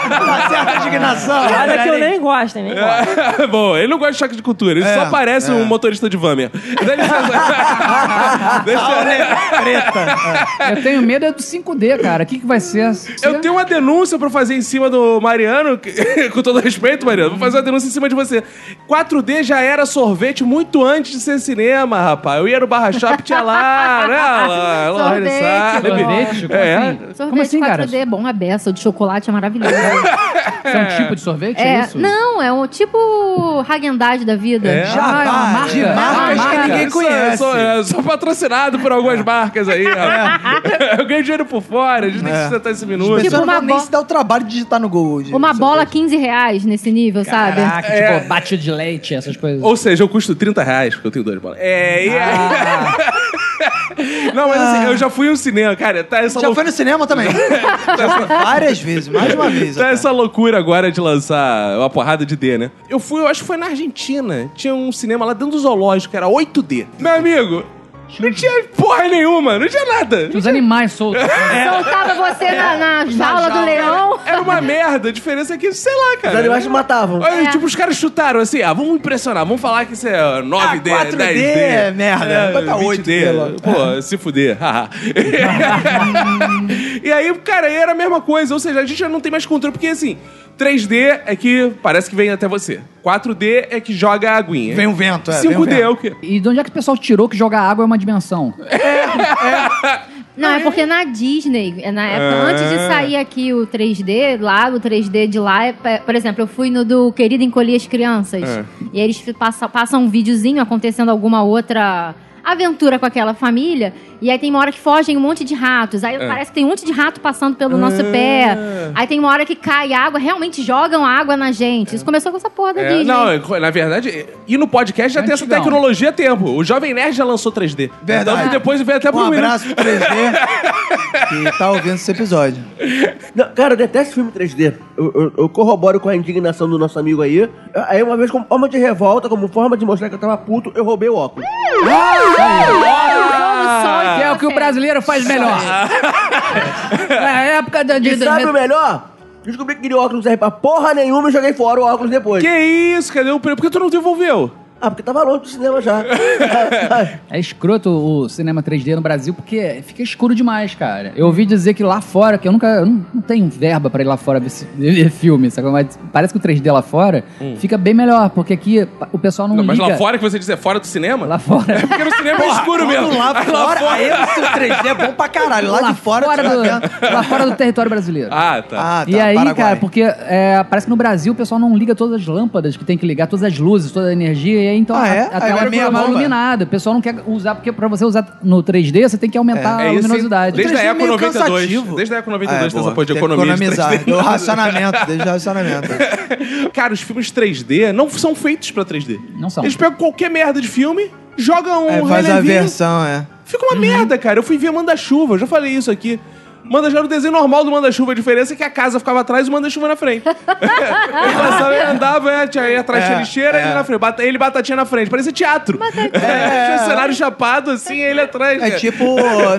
Tá certa indignação.
Olha que eu nem gosto, nem gosto.
É, Bom, ele não gosta de choque de cultura,
É,
ele só parece um motorista de van mesmo. Deve ser- Deve ser-
Eu tenho medo é do 5D, cara. O que, que vai ser?
Eu tenho uma denúncia pra fazer em cima do Mariano, que- com todo respeito, Mariano, vou fazer uma denúncia em cima de você. 4D já era sorvete muito antes de ser cinema, rapaz. Eu ia no Barra Shop, tinha lá, né? Ela, ela
Sorvete,
sabe.
Sorvete? Como
É.
assim?
Sorvete
Como assim,
4D
cara?
é bom, a beça, o de chocolate é maravilhoso.
Isso é um tipo de sorvete? É,
É,
isso?
não, é um tipo Hagendaz da vida.
É?
Ah, é uma marca.
de
É uma
marcas que
marca.
ninguém
Isso é,
conhece.
Sou, é, sou patrocinado por algumas marcas aí, rapaz. Eu ganho dinheiro por fora, a gente tem que sustentar esse
Tipo
minuto.
As pessoas
tipo uma
não vão nem
bo-
se dar o trabalho de digitar no Google hoje.
Uma
Só
bola 15 reais nesse nível, sabe? É.
Caraca, tipo, bate de leite, essas coisas.
Ou seja, eu custo 30 reais, porque eu tenho duas bolas. É, e
Ah.
aí... Não, mas assim, eu já fui ao cinema, cara. Tá essa,
Já
lou-
foi no cinema também. Já foi várias vezes, mais de uma vez.
tá
até.
essa loucura agora de lançar uma porrada de D, né? Eu fui, eu acho que foi na Argentina. Tinha um cinema lá dentro do zoológico, era 8D. Meu amigo, não tinha porra nenhuma, não tinha nada.
Os animais soltos.
Soltava você na, na jaula do leão.
Era uma merda. A diferença é que, sei lá, cara.
Os animais te matavam.
Aí,
É.
Tipo, os caras chutaram assim, ah, vamos impressionar, vamos falar que isso é ó, 9D,
4D,
10D.
é merda, vai pra 8D logo.
Pô, se fuder. haha. e aí, cara, aí era a mesma coisa, ou seja, a gente já não tem mais controle, porque assim, 3D é que parece que vem até você. 4D é que joga a aguinha.
Vem um vento, é. vem um
5D é
vento.
o quê?
E de onde é que o pessoal tirou que jogar água é uma dimensão?
Não, é porque na Disney, é na época,
Ah.
antes de sair aqui o 3D, lá, o 3D de lá, é, pe- por exemplo, eu fui no do Querido Encolher as Crianças.
É.
E eles fi- passa- passam, um videozinho acontecendo alguma outra aventura com aquela família. E aí tem uma hora que fogem um monte de ratos. Aí
É.
parece que tem um monte de rato passando pelo nosso pé. Aí tem uma hora que cai água, realmente jogam água na gente. Isso começou com essa porra da
É,
Disney.
não, é, na verdade, é, e no podcast já tem essa
Antigão.
tecnologia há tempo. O Jovem Nerd já lançou 3D.
Verdade.
Então, depois veio até pro
Um
Minuto.
abraço pro 3D que tá ouvindo esse episódio.
Não, cara, eu detesto filme 3D. Eu, eu- eu corroboro com a indignação do nosso amigo aí. Aí, uma vez, como forma de revolta, como forma de mostrar que eu tava puto, eu roubei o óculos.
Que é o que o brasileiro faz melhor. Na época da
E
de,
sabe o melhor?
Descobri que queria óculos, não serve pra porra nenhuma e joguei fora o óculos depois.
Que isso? Cadê o prêmio? Por que tu não devolveu?
Ah, porque tava longe do cinema já.
É escroto o cinema 3D no Brasil porque fica escuro demais, cara. Eu ouvi dizer que lá fora, que eu nunca. Eu não, não tenho verba pra ir lá fora ver, ci- ver filme, sabe? Mas parece que o 3D lá fora fica bem melhor, porque aqui pa- o pessoal não,
Hum. Não, mas
liga.
lá fora que você diz é fora do cinema?
Lá fora.
Porque no cinema é escuro mesmo.
Lá
Aí
fora, aí o 3D é bom pra caralho. Lá, de fora, tu tá vendo.
do, lá fora do território brasileiro.
Ah, tá.
Ah, tá,
e aí,
Paraguai.
cara, porque é, parece que no Brasil o pessoal não liga todas as lâmpadas que tem que ligar, todas as luzes, toda a energia, e aí então
Ah,
a,
é?
a tela
Aí vai
é
meia
programada
bomba.
iluminada. O pessoal não quer usar, porque pra você usar no 3D, você tem que aumentar a
é isso.
luminosidade.
Desde a
3D é
Eco
meio
92.
cansativo.
Desde a Eco 92 tem
É, boa.
essa porra de
Tem que
economia. de
Economizar.
3D.
Do racionamento, desde o racionamento.
Cara, os filmes 3D não são feitos pra 3D.
Não são.
Eles pegam qualquer merda de filme, jogam
É,
um
faz a
relevinho,
versão, é.
Fica uma merda, cara. Eu fui ver Manda-Chuva, eu já falei isso aqui. Manda-Chuva era o desenho normal do Manda-Chuva. A diferença é que a casa ficava atrás e o Manda-Chuva na frente. ele passava, ele andava, é, tinha- ia atrás de lixeira,
é.
ele na frente. Bata- ele e batatinha na frente. Parecia teatro. É, tinha um cenário chapado assim, ele atrás.
É
cara.
tipo,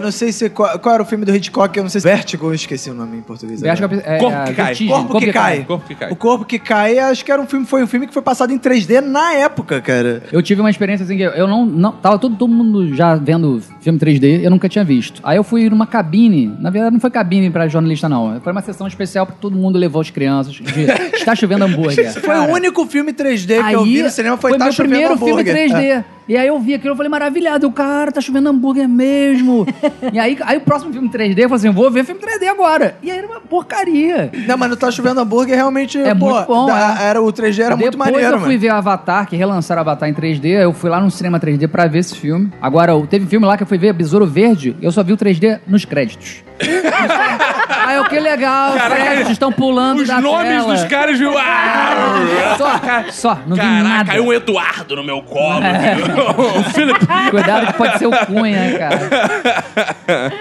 não sei se. é Qual, qual era o filme do Hitchcock? Eu não sei se. Vertigo, eu esqueci o nome em português.
Eu acho
agora.
que é, é,
Corpo que cai.
vertigem,
Corpo, que, cai.
Corpo que Cai.
O Corpo que Cai, acho que era um filme, foi um filme que foi passado em 3D na época, cara.
Eu tive uma experiência assim que eu não. não tava todo, todo mundo já vendo filme 3D, eu nunca tinha visto. Aí eu fui numa cabine, na verdade não foi cabine pra jornalista, não. Foi uma sessão especial porque todo mundo levou as crianças. de- está chovendo hambúrguer.
Foi o único filme 3D que eu vi no É, cinema, foi,
o
Tá
meu
Chovendo
primeiro filme
Hambúrguer.
3D. E aí eu vi aquilo, eu falei, maravilhado, eu, cara, tá chovendo hambúrguer mesmo. e aí, aí o próximo filme 3D, eu falei assim, vou ver filme 3D agora. E aí era uma porcaria.
É. Não, mas não Tá Chovendo Hambúrguer realmente,
É
pô,
muito bom,
da-
é.
era, o 3D era muito
Depois
maneiro,
eu fui
mano.
ver Avatar, que relançaram Avatar em 3D. Eu fui lá no cinema 3D pra ver esse filme. Agora, eu- teve filme lá que eu fui ver Besouro Verde. Eu só vi o 3D nos créditos. Aí eu, que legal, Ah, os créditos estão pulando
Os
da
nomes
tela.
dos caras, viu? Ah!
Só, só, não vi
Caraca,
nada. É.
caiu um Eduardo no meu colo.
o Philip.
Cuidado que pode ser o Cunha, cara.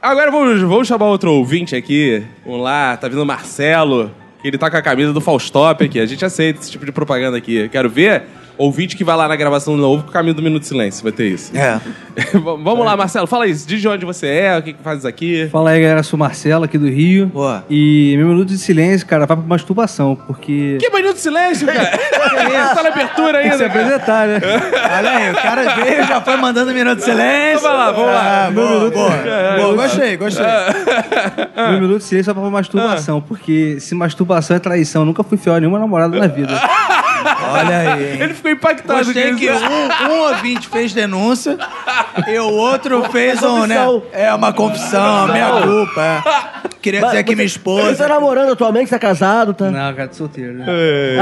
Agora vamos, vamos chamar outro ouvinte aqui. Vamos lá, tá vindo o Marcelo. que Ele tá com a camisa do Faustop aqui. A gente aceita esse tipo de propaganda aqui. Quero ver ouvinte que vai lá na gravação do novo com o caminho do Minuto de Silêncio. Vai ter isso.
É.
vamos vamos lá, Marcelo. Fala aí. Diz de onde você é, o que, que fazes aqui.
Fala aí, galera. Sou o Marcelo aqui do Rio.
Boa.
E meu minuto de silêncio, cara, vai pra masturbação, porque.
Que Minuto de Silêncio, cara? tá na abertura
Tem que se
ainda. cara.
apresentar, né?
Olha aí, o cara veio, já foi mandando Minuto de
Vamos
Silêncio.
Então lá, vamos lá.
Ah, boa, boa. Boa, gostei, gostei.
Ah.
Meu minuto de silêncio é pra masturbação, porque se masturbação é traição, eu nunca fui fiel a nenhuma namorada na vida.
Ah.
Olha aí, hein.
Ele ficou impactado.
Gostei
com
que
isso.
um, um ouvinte fez denúncia e o outro fez um, né? É uma confissão, minha culpa. é. Queria dizer que minha
Você tá
esposa.
namorando atualmente, tá casado, tá?
Não, cara, de solteiro, né?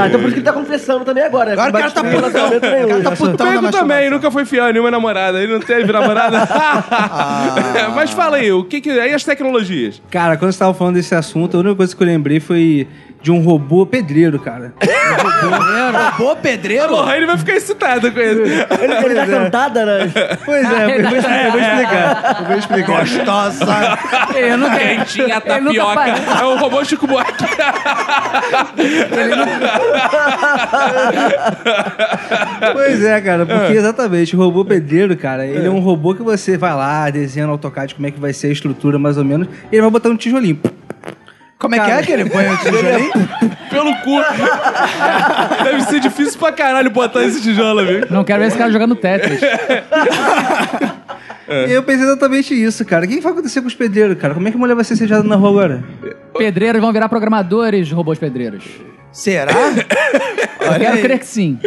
Ah, então por isso que ele tá confessando também agora, né?
É. Agora o cara tá
Não bate
putão.
relacionamento
O
nenhum.
cara tá putão na
Pego também,
masturbação.
nunca foi fiel a nenhuma namorada. Ele não teve namorada.
Ah.
Mas fala aí, o que que... E as tecnologias?
Cara, quando você tava falando desse assunto, a única coisa que eu lembrei foi de um robô pedreiro, cara.
Pô, pedreiro? é.
Porra, ele vai ficar excitado com ele.
Ele, ele dá cantada, né?
Pois é, eu vou explicar, eu vou explicar. Eu vou explicar.
Gostosa.
Eu nunca,
Quentinha
Ele nunca
tapioca.
faz.
É o robô Chico Buarque.
Pois é, cara, porque exatamente, o robô pedreiro, cara, ele é um robô que você vai lá, desenha no AutoCAD como é que vai ser a estrutura, mais ou menos, e ele vai botar um tijolinho.
Como é que é que ele põe o tijolinho?
Pelo cu. Deve ser difícil pra caralho botar esse tijolo, viu?
não quero ver esse cara jogando Tetris.
E eu pensei exatamente isso, cara. O que que vai acontecer com os pedreiros, cara? Como é que a mulher vai ser sejada na rua agora?
Pedreiros vão virar programadores, robôs pedreiros.
Será?
Eu
Olha
quero
aí.
crer que sim.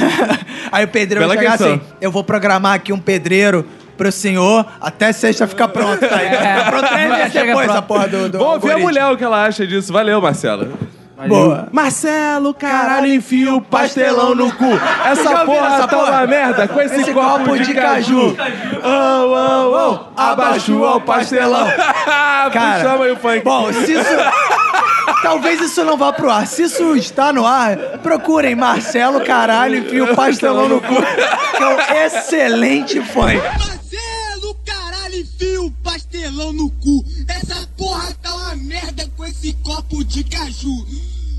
Aí o pedreiro
Bela
vai chegar
questão.
assim: eu vou programar aqui um pedreiro pro senhor até sexta ficar pronto. Tá aí.
É.
Fica pronto três
Nunca
dias
chega
depois,
pronto.
a porra do. do
Vou ouvir a
algoritmo.
mulher o que ela acha disso. Valeu, Marcelo.
Boa.
Marcelo, caralho, enfia o pastelão no cu.
Vocês já
Essa
ouviram
porra,
essa
tá
porra?
uma merda com esse,
Esse
copo, de caju. Oh, oh, oh, abaixou o pastelão.
Cara,
Chama aí o funk.
Bom, se isso. Talvez isso não vá pro ar. Se isso está no ar, procurem Marcelo Caralho e Fio Pastelão no cu. Que é um excelente fã.
Marcelo, caralho, enfia o pastelão no cu. Essa porra tá uma merda com esse copo de caju.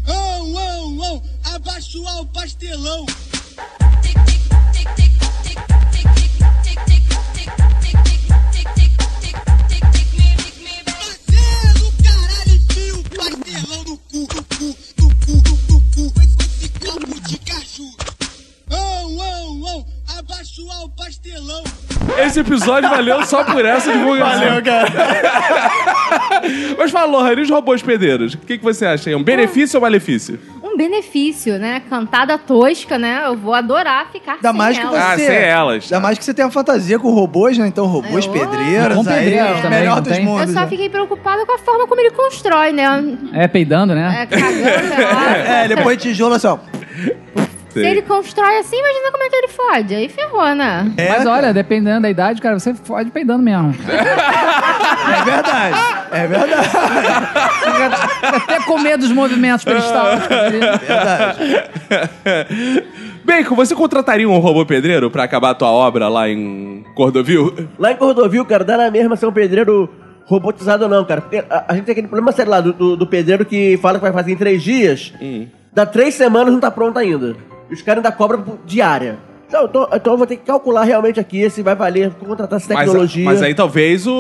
Ão, ão, ão, abaixoar o pastelão. Marcelo, caralho, enfia o pastelão no cu.
esse episódio valeu só por essa divulgação. Valeu, cara. Mas fala, Lohane, e os robôs pedeiros? O que, que você acha aí? Um benefício ou malefício?
Um benefício, né? Cantada tosca, né? Eu vou adorar ficar
Ainda
sem
mais que
ela.
você. é
Ah, sem elas, tá.
Ainda mais que você tem uma fantasia com robôs, né? Então, robôs
É, ô.
pedreiros.
oh. Com pedreiros
aí, é o
também,
melhor
não
dos
tem?
Eu
mundos.
só
né?
fiquei preocupada com a forma como ele constrói, né?
É, peidando, né?
É, cagando, sei lá.
É, ele põe tijolo assim, ó.
Se ele constrói assim, imagina como é que ele fode. Aí ferrou, né?
Mas olha, dependendo da idade, cara, você pode peidando mesmo.
É verdade. É verdade.
Fica Até com medo dos movimentos peristálticos ali.
Bacon, você contrataria um robô pedreiro pra acabar a tua obra lá em Cordovil?
Lá em Cordovil, cara, dá na mesma ser um pedreiro robotizado ou não, cara. Porque a, a gente tem aquele problema, sério lá, do, do- do pedreiro que fala que vai fazer em três dias, dá três semanas e não tá pronto ainda. E os caras ainda cobram por- diária. Então, então, então eu vou ter que calcular realmente aqui se vai valer contratar essa
Mas-
tecnologia.
Mas, aí talvez o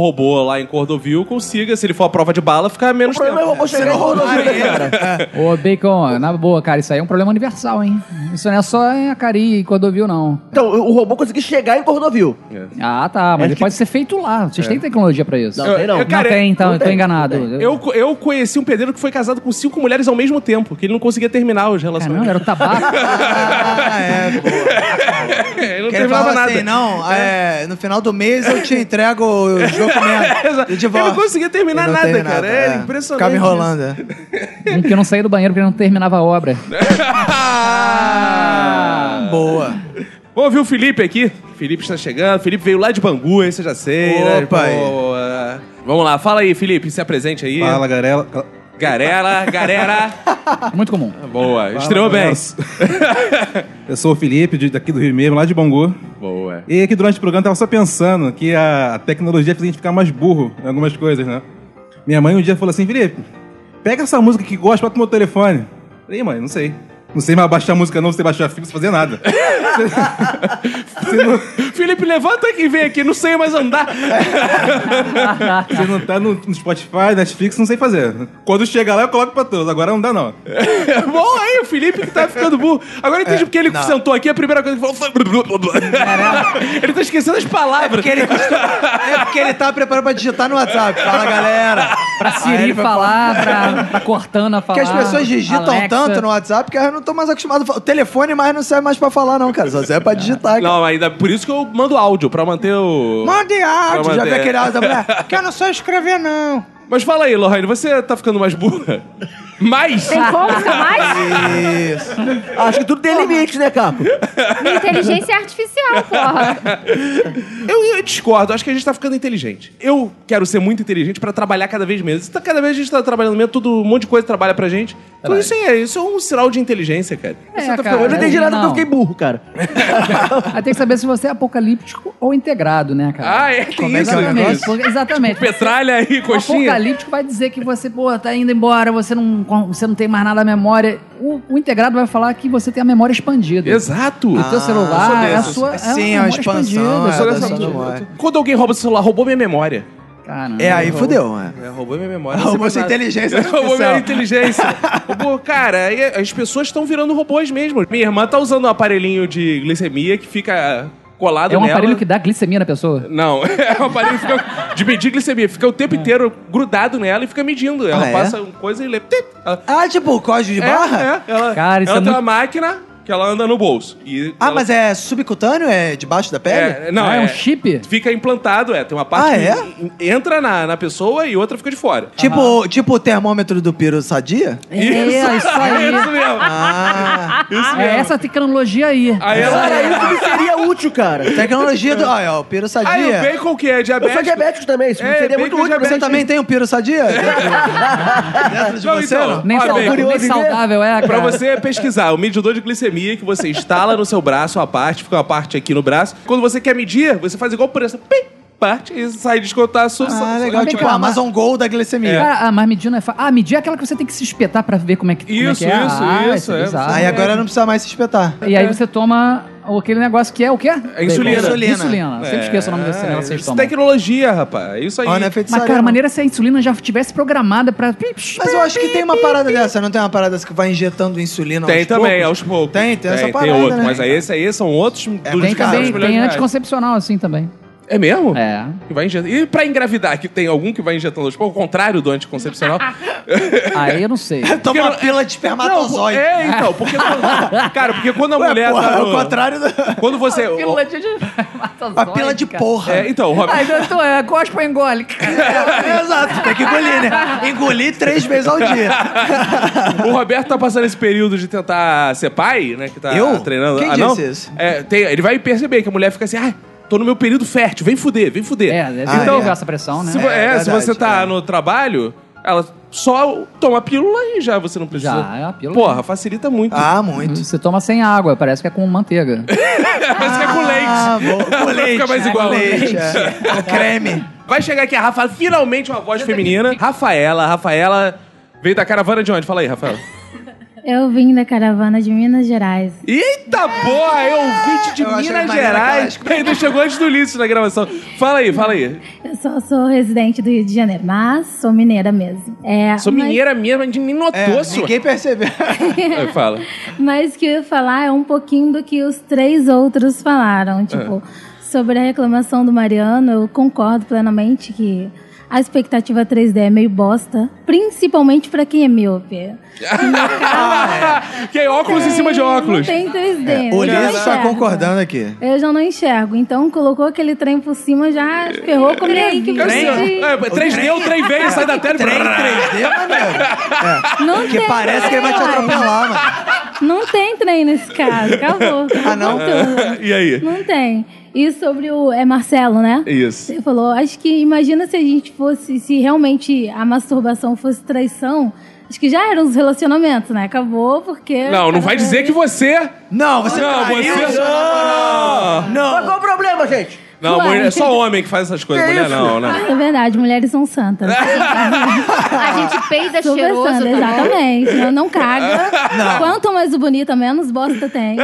robô lá em Cordovil consiga, se ele for a prova de bala, ficar
o
menos
problema
tempo.
é o robô chegar em Cordovil, né, cara?
É.
Ô, Bacon, na boa, cara, isso aí é um problema universal, hein? Isso não é só em Acari e Cordovil, não.
Então, o o robô conseguir chegar em Cordovil. É
Ah, tá, mas ele pode ser feito lá. Vocês têm tecnologia pra isso.
Não, tem não.
Não tem, então,
não
eu tô
tem,
enganado.
Eu, eu conheci um pedreiro que foi casado com cinco mulheres ao mesmo tempo, que ele não conseguia terminar os
Caramba,
relacionamentos.
era o tabaco.
Ah, é, pô.
É, ele não
Que ele
terminava
falava
nada.
assim, não, é, no final do mês eu te entrego os
Exato.
documentos de divórcio.
Eu não conseguia terminar
Ele não
nada,
terminava,
cara. É impressionante
Ficava
isso.
enrolando. é.
um que eu não saía do banheiro porque ele não terminava a obra.
Boa.
Ah! Vamos ouvir o Felipe aqui. Felipe está chegando. Felipe veio lá de Bangu, esse eu já sei. né?
Opa, aí.
Pô, é. Vamos lá, fala aí, Felipe, se apresente aí.
Fala, garela.
Garela, Garera.
Muito comum.
Boa, estreou bem.
Eu sou o Felipe, de- daqui do Rio mesmo, lá de Bangu.
Boa.
E aqui durante o programa eu tava só pensando que a tecnologia fez a gente ficar mais burro em algumas coisas, né? Minha mãe um dia falou assim, Felipe, pega essa música que gosta, bota no meu telefone. Falei, mãe, não sei. Não sei mais baixar música não, não sei baixar filme, não sei fazer nada. você, não,
Felipe, levanta que vem aqui, não sei mais andar.
você não tá no, no Spotify, Netflix, não sei fazer. Quando chegar lá eu coloco pra todos, agora não dá não.
Bom, aí o Felipe que tá ficando burro. Agora eu entendi porque ele sentou aqui, a primeira coisa que ele falou foi. ele tá esquecendo as palavras.
Porque ele costuma- é porque ele tá preparado pra digitar no WhatsApp. Fala, galera.
Pra Siri falar, pra, pra Cortana falar.
Porque as pessoas digitam
Alexa.
tanto no WhatsApp que elas não estão mais acostumadas. a falar. O telefone mais não serve mais pra falar, não, cara. Só serve pra digitar. cara.
Não, ainda é por isso que eu mando áudio, pra manter o.
Mande áudio.
Pra
Já vi
manter.
aquele áudio da mulher. Que eu não sou escrever, não.
Mas fala aí, Lohane, você tá ficando mais burra? Mais?
Tem como ficar mais?
Isso.
Acho que tudo tem limite, né, Caco?
Minha inteligência artificial, porra.
Eu, eu discordo, acho que a gente tá ficando inteligente. Eu quero ser muito inteligente pra trabalhar cada vez menos. Tá- Cada vez a gente tá trabalhando menos, tudo, um monte de coisa trabalha pra gente. Então isso é, isso é um sinal de inteligência, cara.
É,
Você tá
cara,
Eu não entendi nada
não.
porque eu fiquei burro, cara.
Aí tem que saber se você é apocalíptico ou integrado, né, cara?
Ah, é, tem
é
isso.
que é o
Exatamente.
negócio?
porque- Exatamente.
Petralha aí,
O
coxinha.
apocalíptico vai dizer que você, pô, tá indo embora, você não, você não tem mais nada na memória. O, o integrado vai falar que você tem a memória expandida.
Ah,
Exato.
O teu celular, é a sua. a
Sim, é
memória
uma expansão.
expandida.
é, da sua memória.
Quando alguém rouba seu celular, roubou minha memória.
Caramba.
É, aí fudeu, é.
É, roubou minha memória.
Roubou sua inteligência
Roubou minha
artificial.
inteligência. Roubou, cara, aí as pessoas estão virando robôs mesmo. Minha irmã tá usando um aparelhinho de glicemia que fica colado
É um
nela.
aparelho que dá glicemia na pessoa.
Não, é um aparelho que fica de medir glicemia. Fica o tempo
É.
inteiro grudado nela e fica medindo. Ela
Ah, é?
passa uma coisa e lê. Tit! Ela,
Ah, tipo, o código de
é,
barra?
é, ela,
Cara, isso
ela
é
tem
muito-
uma máquina que ela anda no bolso. E
Ah,
ela-
mas é subcutâneo? É debaixo da pele?
É, não,
Ah, é
é,
um chip?
Fica implantado, é. Tem uma parte
Ah,
que
é?
en- entra na, na pessoa e outra fica de fora.
Tipo, tipo o termômetro do Piro Sadia?
É, isso aí.
isso mesmo.
Ah,
Isso mesmo.
É essa tecnologia aí.
Aí ela.
Cara, isso me seria útil, cara.
tecnologia do. Olha, ó, o Piro Sadia.
Aí o bacon que é
Eu
diabético.
sou diabético também, isso me
É,
seria
bem
muito
que eu
útil pra
Você
gente.
também tem um Piro Sadia? Dentro de
Não,
você,
então,
não?
Nem,
Ah,
saudável,
bem,
nem
curioso em ver.
saudável, é, cara.
Pra você pesquisar, o medidor de glicemia que você instala no seu braço, uma parte, fica uma parte aqui no braço. Quando você quer medir, você faz igual por essa pim, parte e sai descontar a sua.
Ah, legal.
Mas
Tipo,
vem cá,
a Amazon Gold da glicemia.
Cara, ah, mas medir não é fácil. Ah, medir é aquela que você tem que se espetar pra ver como é que, como é,
Isso,
que é.
isso,
ah,
isso, é.
bizarro.
Aí agora não precisa mais se espetar.
E aí você toma aquele negócio que é o quê?
insulina.
Insulina.
Insulina.
insulina. Sempre esqueço o nome desse negócio que vocês
isso é
tomam.
tecnologia, rapaz. É isso aí.
Olha, é feitiçaria.
Mas, cara, a maneira é se a insulina já estivesse programada pra...
Mas eu acho que tem uma parada dessa, não tem uma parada dessa que vai injetando insulina
Tem
aos
também,
poucos?
aos poucos.
Tem, tem essa
Tem
parada,
outro,
né?
mas aí esse aí são outros
bem
Tem
caro,
também,
uns
tem anticoncepcional assim também.
É mesmo?
É.
Que vai injetando. E pra engravidar, que tem algum que vai injetando aos poucos, ao contrário do anticoncepcional?
Aí eu não sei.
Toma uma pila de
Não,
espermatozoide.
é, então, porque. quando- cara, porque quando a mulher.
Porra,
tá
é
no-
o contrário da...
Quando você.
Pílula de...
A pila de porra.
É, então, Rob.
Ai, doutor, é gospa engole.
É, exato, tem que engolir, né? Engolir três vezes ao dia.
O Roberto tá passando esse período de tentar ser pai, né? Que tá
Eu?
treinando.
Quem
ah, não?
disse isso?
É, tem- ele vai perceber que a mulher fica assim, ah, tô no meu período fértil, vem fuder, vem fuder.
É, deve
Ah,
então,
é.
essa pressão, né?
Se, vo-
É,
é, se
verdade,
você tá
é.
no trabalho, ela só toma a pílula e já você não precisa.
Já, é uma pílula.
Porra, facilita muito.
Ah, muito.
Você toma sem água, parece que é com manteiga.
Mas que é com
Ah,
leite.
bom. Com leite.
Fica mais
né?
igual.
Com leite, é. Com creme.
Vai chegar aqui a Rafa, finalmente uma voz feminina. Rafaela, Rafaela veio da caravana de onde? Fala aí, Rafaela.
Eu vim da caravana de Minas Gerais.
Eita porra, é ouvinte de
Eu achei
Minas
maneiro
Gerais. Ainda chegou antes do Ulisses na gravação. Fala aí, fala aí.
Eu só sou residente do Rio de Janeiro, mas sou mineira mesmo. É,
Sou
mas-
mineira mesmo, de
É,
Minotosso.
ninguém percebeu.
É, Fala.
Mas o que eu ia falar é um pouquinho do que os três outros falaram.
Ah.
Tipo, sobre a reclamação do Mariano, eu concordo plenamente que a expectativa 3D é meio bosta, principalmente pra quem é míope.
que é óculos em cima de
Tem-
óculos. É,
Não tem né? é. 3D. eu
O
já não
Liso tá
enxergo.
concordando aqui.
Eu já não enxergo. Então, colocou aquele trem por cima, já ferrou com o trem que
Cara,
você
assim, ó,
de...
é, 3D, o trem vem, sai da tela. e-
Trem 3D é maneiro.
Não
Que
tem
parece que ele vai te
trem,
atropelar, mano.
Não tem trem nesse caso. Acabou.
Ah, não?
Acabou tudo.
E aí?
Não tem. E sobre o... É Marcelo, né?
Isso.
Você falou, acho que imagina se a gente fosse, se realmente a masturbação fosse traição, acho que já eram os relacionamentos, né? Acabou porque. um é
Não, não vai dizer que você.
Não, você
Não,
traiu
você.
seu namorado.
Mas qual é o problema, gente?
Não,
Ué.
mulher, é só homem que faz essas coisas.
Que
Mulher
isso?
não, né? não.
É verdade, mulheres são santas.
A gente peida
Sou
cheiroso
santa,
também.
exatamente. Não, não caga. Quanto mais o bonita, menos bosta tem.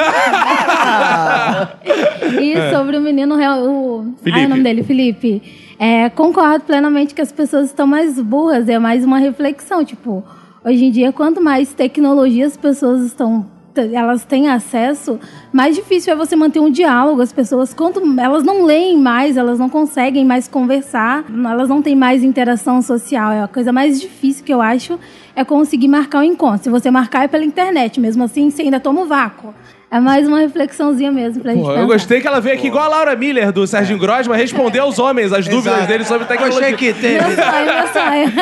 e sobre o menino real. O... Ah, Ai,
Felipe.
o nome dele, Felipe. É, concordo plenamente que as pessoas estão mais burras. É mais uma reflexão. Tipo, hoje em dia, quanto mais tecnologia as pessoas estão. t- Elas têm acesso, mais difícil é você manter um diálogo. As pessoas, quanto elas não leem mais, elas não conseguem mais conversar, elas não têm mais interação social. É a coisa mais difícil que eu acho é conseguir marcar o encontro. Se você marcar é pela internet, mesmo assim, você ainda toma o vácuo. É mais uma reflexãozinha mesmo pra gente
Porra,
pensar.
eu gostei que ela veio aqui igual a Laura Miller do Serginho Grosma responder aos homens as dúvidas
Exato.
deles sobre
Gostei
tecnologia.
que
Meu
teve.
sonho, meu sonho.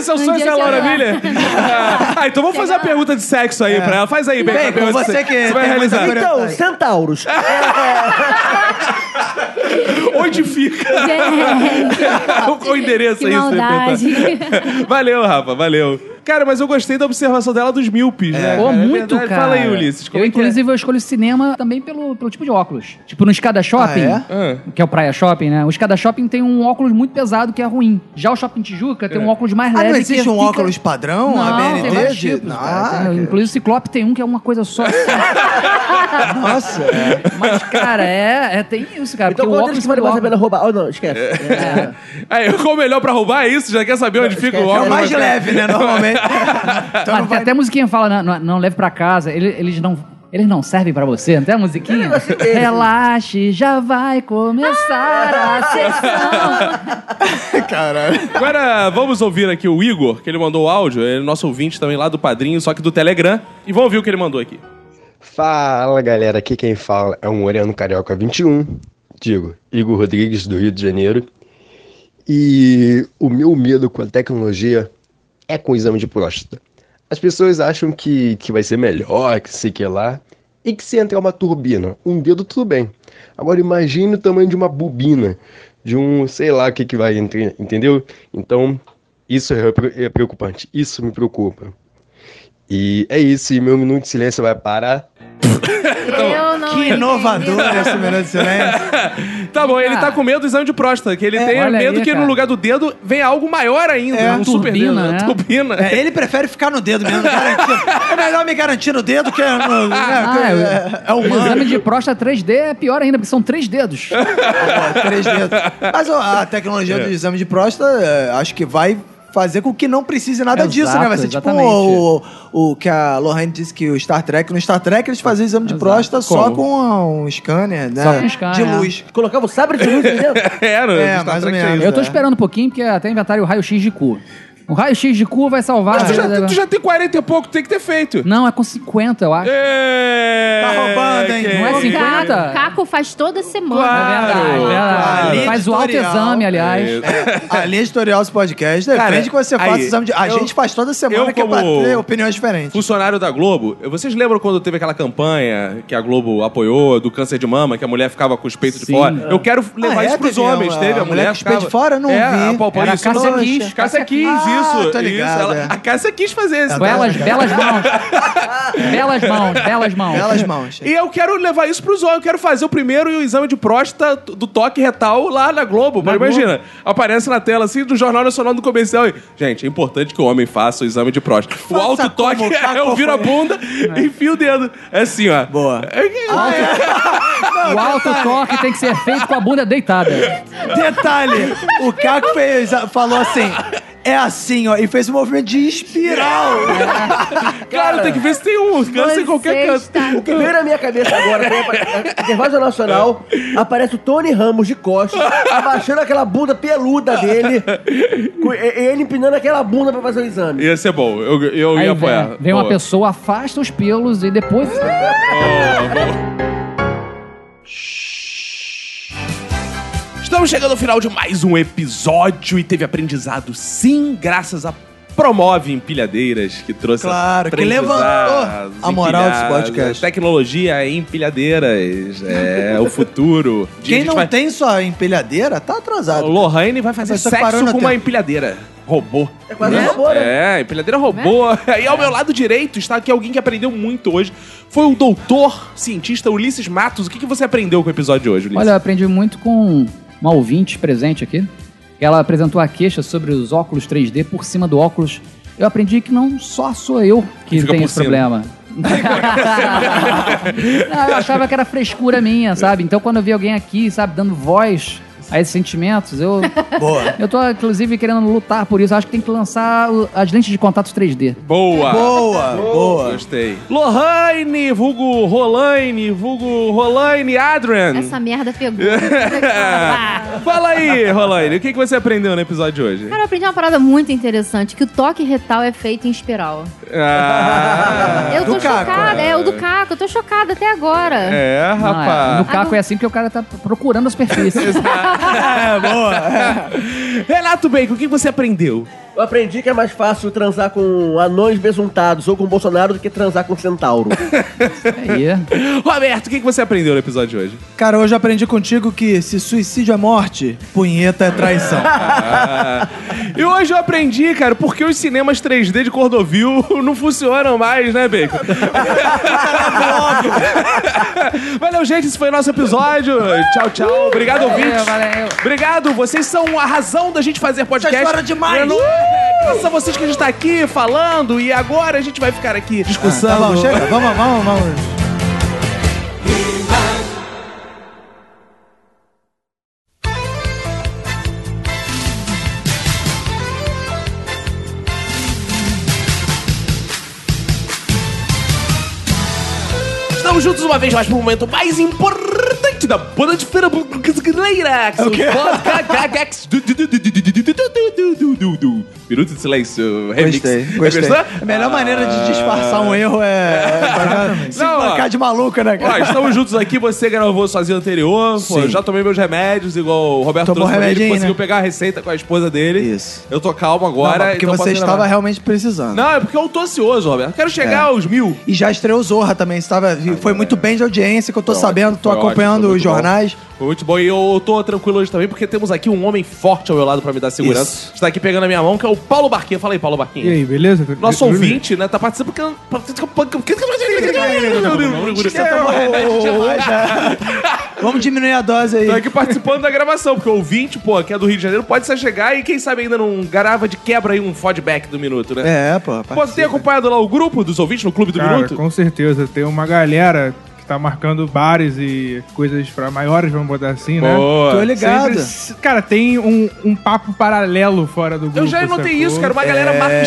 Seu
Um
sonho é
dia
ser a Laura
chegar lá.
Miller? Ah, então vamos fazer uma pergunta de sexo aí pra ela. Faz aí, bem,
Bacon, É. você que
vai
tem muita
realizar.
Então, centauros.
Onde fica
Então,
Gente,
o endereço
que
aí? você
maldade.
perguntar? Valeu, Rafa, Então, valeu. Cara, mas eu gostei da observação dela dos míopes, né?
Pô,
cara? É
muito,
verdade.
cara.
Fala aí, Ulisses. Como
eu,
é que é?
inclusive, eu escolho cinema também pelo, pelo tipo de óculos. Tipo, no Escada Shopping,
Ah,
Ah.
que é o Praia Shopping, né? O Escada Shopping tem um óculos muito pesado que é ruim. Já o Shopping Tijuca
É.
tem um óculos mais
Ah,
leve
não
que
existe um
fica-
óculos padrão?
Não,
a BNT?
tem vários
de-
tipos, cara.
Ah,
Tem-
cara.
inclusive, o Ciclope tem um que é uma coisa só. assim.
Nossa, é.
Mas, cara, é, é- tem isso, cara.
Então,
porque o
quando eles
óculos...
que vale
pelo
mais a pena
óculos- É.
roubar. Oh, não, esquece.
Aí, qual o melhor pra roubar é isso? Já quer saber onde fica o
É o
óculos?
mais leve, né? Normalmente. Então
Mas
não
tem
vai...
até a musiquinha que fala, "Não, não, não leve pra casa, ele- eles, não... Eles não servem pra você, não tem a
um
musiquinha? Relaxe, já vai começar
Ah!
a sessão.
Agora vamos ouvir aqui o Igor, que ele mandou o áudio, ele é nosso ouvinte também lá do padrinho, só que do Telegram. E vamos ouvir o que ele mandou aqui.
Fala galera, aqui quem fala é o Moreno Carioca 21, digo, Igor Rodrigues do Rio de Janeiro. E o meu medo com a tecnologia é com o exame de próstata. As pessoas acham que, que vai ser melhor, que sei que lá, e que se entrar uma turbina, um dedo tudo bem. Agora imagine o tamanho de uma bobina, de um sei lá o que que vai entrar, entendeu? Então isso é pre- é preocupante, isso me preocupa. E é isso, e meu minuto de silêncio vai parar
Eu não
Então, Que
entendi.
inovador esse Minuto de Silêncio.
Tá bom, ele tá com medo do exame de próstata, que ele tem
Ah. É, olha
medo
aí,
que no
cara.
lugar do dedo venha algo maior ainda,
É,
um
turbina,
super dedo,
né?
turbina.
É, ele prefere ficar no dedo mesmo, garantido. É melhor me garantir no dedo que no. né,
Ah,
é, é
O
humano.
exame de próstata 3D é pior ainda, porque são três dedos.
Pô, três dedos. Mas ó, a tecnologia do exame de próstata, é, acho que vai fazer com que não precise nada
Exato,
disso, né? Vai ser tipo
exatamente.
o, o, o que a Lohane disse que o Star Trek, no Star Trek eles faziam exame de próstata só
Como?
com um scanner, né?
Só com scanner,
De
é.
luz.
Colocava o sabre de luz dentro.
Era,
É,
Star
mais ou
Trek
menos.
tinha isso. né?
Eu tô
é.
esperando um pouquinho, porque até inventaram o raio-x de cu. O raio-x de cu vai salvar... né?
Mas tu já, tu já tem 40 e pouco, tem que ter feito.
Não, é com 50, eu acho.
É,
Tá roubando, hein?
que-
Não é assim?
Ca-
50?
Caco faz toda semana.
É verdade, é verdade.
Ali
Faz o
editorial.
autoexame, aliás.
É A linha editorial desse podcast depende
Cara,
que você faça
aí,
o exame de... A
eu-
gente faz toda semana
eu
que é pra
como-
ter opiniões diferentes.
Funcionário da Globo, vocês lembram quando teve aquela campanha que a Globo apoiou do câncer de mama, que a mulher ficava com os peitos de
Sim.
fora? Eu quero levar
Ah, é?
isso pros
Teve
homens,
uma-
teve a
uma mulher
mulher
com os peitos
ficava-
de fora? Não
é,
vi.
A,
Era a
isso,
Cássia
Poxa.
Kiss.
Cássia Kiss,
Ah,
isso.
tô ligado,
isso, ela-
é.
A Cássia quis fazer isso.
Belas, belas mãos. belas mãos, belas mãos.
Belas mãos.
E eu quero levar isso pros homens. Eu quero fazer o primeiro exame de próstata do toque retal lá na Globo. Mas imagina, aparece na tela assim do Jornal Nacional do Comercial. E, gente, é importante que o homem faça o exame de próstata. o alto toque
como,
é eu viro a bunda e enfio o dedo. É assim, ó.
Boa.
É que-
O alto toque tem que ser feito com a bunda deitada.
Detalhe, o Caco fez, falou assim, é assim, ó, e fez um movimento de espiral.
Cara, tem que ver se tem um câncer em qualquer
Você
canto.
está-
O que veio na minha cabeça agora
Tá
foi apa- intervalo nacional,
É.
aparece o Tony Ramos de costas, abaixando aquela bunda peluda dele, com- e- ele empinando aquela bunda pra fazer o exame.
Ia ser bom. Eu, eu
Aí
ia apoiar.
vem, vem
Boa.
uma pessoa, afasta os pelos e depois.
Estamos chegando ao final de mais um episódio e teve aprendizado, sim, graças a Promove Empilhadeiras, que trouxe
Claro, que
aprendizados,
levantou a moral desse
empilhadas,
podcast.
Tecnologia em empilhadeiras, é o futuro.
Quem não
vai...
tem sua empilhadeira tá atrasado.
Lohane vai fazer
A pessoa
sexo
parou
com
no
uma
tempo.
empilhadeira. Robô.
É quase um robô, né?
É, empilhadeira robô. E ao meu lado direito está aqui alguém que aprendeu muito hoje. Foi o doutor cientista Ulisses Matos. O que, que você aprendeu com o episódio de hoje, Ulisses?
Olha, eu aprendi muito com uma ouvinte presente aqui. Ela apresentou a queixa sobre os óculos 3D por cima do óculos. Eu aprendi que não só sou eu que
Fica
tenho
por
esse
cima.
problema. Não, eu achava que era frescura minha, sabe? Então quando eu vi alguém aqui, sabe, dando voz a esses sentimentos, eu
Boa.
Eu tô, inclusive, querendo lutar por isso. Acho que tem que lançar o- as lentes de contato 3D.
Boa!
Boa, boa.
Gostei. Lohane, vulgo Rolaine, vulgo Rolaine Ah, Adrian.
Essa merda pegou. Ah.
Fala aí, Rolaine, o que, que você aprendeu no episódio de hoje?
Cara, eu aprendi uma parada muito interessante, que o toque retal é feito em espiral.
Ah,
eu tô
do
chocada,
Caco.
é o do Caco, eu tô chocada até agora.
é,
Não, é- No
rapaz.
caco é assim porque o cara tá procurando a superfície.
É, Renato Bacon, o que você aprendeu?
Eu aprendi que é mais fácil transar com anões besuntados ou com Bolsonaro do que transar com centauro.
Aí.
Roberto, o que que você aprendeu no episódio de hoje?
Cara, hoje eu aprendi contigo que se suicídio é morte, punheta é traição.
Ah, e hoje eu aprendi, cara, porque os cinemas 3D de Cordovil não funcionam mais, né, Bacon? Valeu, gente, esse foi o nosso episódio. Tchau,
Uh,
tchau. Obrigado, ouvintes.
Valeu, valeu.
Obrigado, vocês são a razão da gente fazer podcast.
Vocês foram demais.
Eu não- É Graças a vocês que a gente tá aqui falando e agora a gente vai ficar aqui
Tá
discussando.
bom, chega, vamos, vamos, vamos.
Estamos juntos uma vez mais pro momento mais importante da banda de é feira brasileira.
É
que são os podcasts. Minuto de silêncio. remix. Ah.
Gostei, gostei.
Gostou?
A melhor maneira de disfarçar um erro é é se
Não, ó.
bancar de maluco, né,
Ó,
cara?
estamos juntos aqui, você gravou sozinho anterior, pô, eu já tomei meus remédios, igual o Roberto
Tomou
pra mim, ele
remedinho,
conseguiu
né?
pegar a receita com a esposa dele.
Isso.
Eu tô calmo
Não,
agora.
mas porque
então
você
posso
estava
gravar.
realmente precisando.
Não, é porque eu tô ansioso, Roberto. Eu quero chegar
É.
aos mil.
E já estreou Zorra também, estava, foi muito bem de audiência, que eu tô
é. Foi
sabendo,
ótimo,
tô
foi
acompanhando
ótimo, foi muito
os
bom.
jornais.
Foi muito bom. E eu tô tranquilo hoje também, porque temos aqui um homem forte ao meu lado pra me dar segurança.
Isso.
Está aqui pegando a minha mão, que é o Paulo Barquinha. Fala aí, Paulo Barquinha.
E aí, beleza?
Nosso ouvinte, né, tá participando... que-
Vamos diminuir a dose
Tá
aí.
aqui participando da gravação, porque o ouvinte, pô, que é do Rio de Janeiro, pode se chegar e quem sabe ainda não grava de quebra aí um feedback do minuto, né?
É, pô.
Pô, você tem acompanhado lá o grupo dos ouvintes no Clube do
Cara,
Minuto?
com certeza. Tem uma galera que tá marcando bares e coisas pra maiores, vamos botar assim, né?
Boa. Tô
ligado. cara, tem um, um papo paralelo fora do grupo.
Eu já notei
sacou?
isso, cara. Uma
É.
galera marca o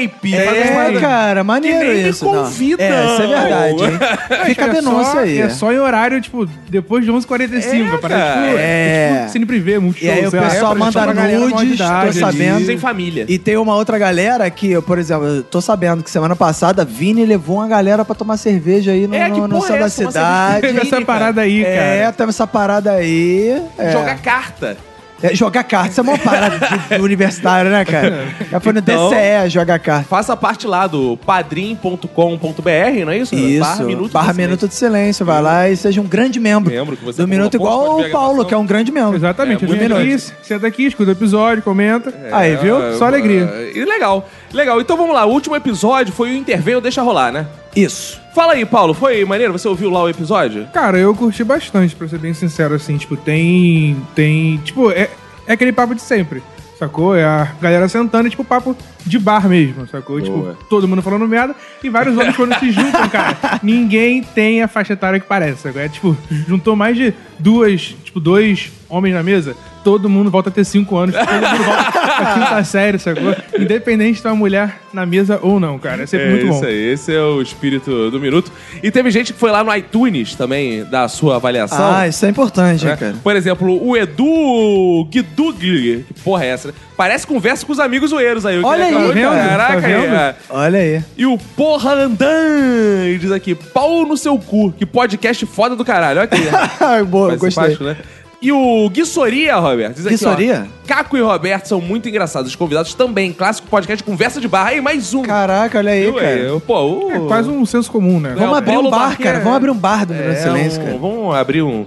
Skype. faz umas
É,
paradas
cara, maneiro
que nem
isso,
Me
não.
convida.
É, isso é verdade, hein?
Fica
É
a
só-
denúncia aí.
É só em horário, tipo, depois de 11h45.
É,
É,
cara.
tipo,
É.
tipo cine privê, multishow.
E aí o
sei lá,
pessoal
é pra
manda
chamar a galera maior de
nudes,
idade,
tô
né?
sabendo.
de-
família.
E tem uma outra galera que, por exemplo, eu tô sabendo que semana passada Vini levou uma galera pra tomar cerveja aí no,
É, que
no, no
porra
céu
é
da
essa? Uma
cidade.
cerveja Teve essa parada
aí,
É,
cara.
teve essa parada aí. É.
Jogar carta.
É, jogar carta, isso é uma parada de, de universitário, né, cara? Já foi no
Então-
DCE jogar carta.
Faça parte lá do padrim.com.br, não é isso?
Isso,
Barra Minuto.
barra Minuto de Silêncio, vai lá e seja um grande membro.
Membro que você
do Minuto
compra pontos,
igual
pode ver
o
a
Paulo, que é um grande membro.
Exatamente.
É,
a gente
muito
aqui,
minuto.
senta aqui, escuta o episódio, comenta.
É,
aí, viu? Só
é,
alegria.
E legal, legal. Então vamos lá, o último episódio foi o Intervenho Deixa Rolar, né?
Isso.
Fala aí, Paulo, foi maneiro? Você ouviu lá o episódio?
Cara, eu curti bastante, pra ser bem sincero, assim. Tipo, tem. Tem. Tipo, é, é aquele papo de sempre. Sacou? É a galera sentando, e, tipo, papo de bar mesmo, sacou?
Boa.
Tipo, todo mundo falando merda e vários homens quando se juntam, cara. Ninguém tem a faixa etária que parece, sacou? É tipo, juntou mais de duas, tipo, dois homens na mesa, todo mundo volta a ter cinco anos, todo mundo volta a quinta série, sacou? Independente da mulher na mesa ou não, cara. É sempre muito bom.
isso aí, esse é o espírito do minuto. E teve gente que foi lá no iTunes também, da sua avaliação.
Ah, isso é importante,
né?
hein, cara.
Por exemplo, o Edu Guidugli. Que porra é essa? né? Parece conversa com os amigos zoeiros aí. o que
Olha
ele acabou
aí,
de-
cara.
Caraca,
Tá vendo?
é.
Olha aí.
E o Porra Andan ele diz aqui: pau no seu cu. Que podcast foda do caralho. Olha aqui.
É Boa, eu
Mais
gostei.
simpático, né? E o Guissoria, Roberto. Diz aqui,
Guissoria?
ó, Caco e Roberto são muito engraçados. Os convidados também. Clássico podcast Conversa de Barra. Aí, mais um.
Caraca, olha aí,
Viu
cara.
aí? Pô, o-
É quase um senso comum, né?
Não,
Vamos abrir
Paulo
um bar,
Barque
cara.
é-
Vamos abrir um bar do Minuto de Silêncio,
um-
cara.
Vamos abrir um,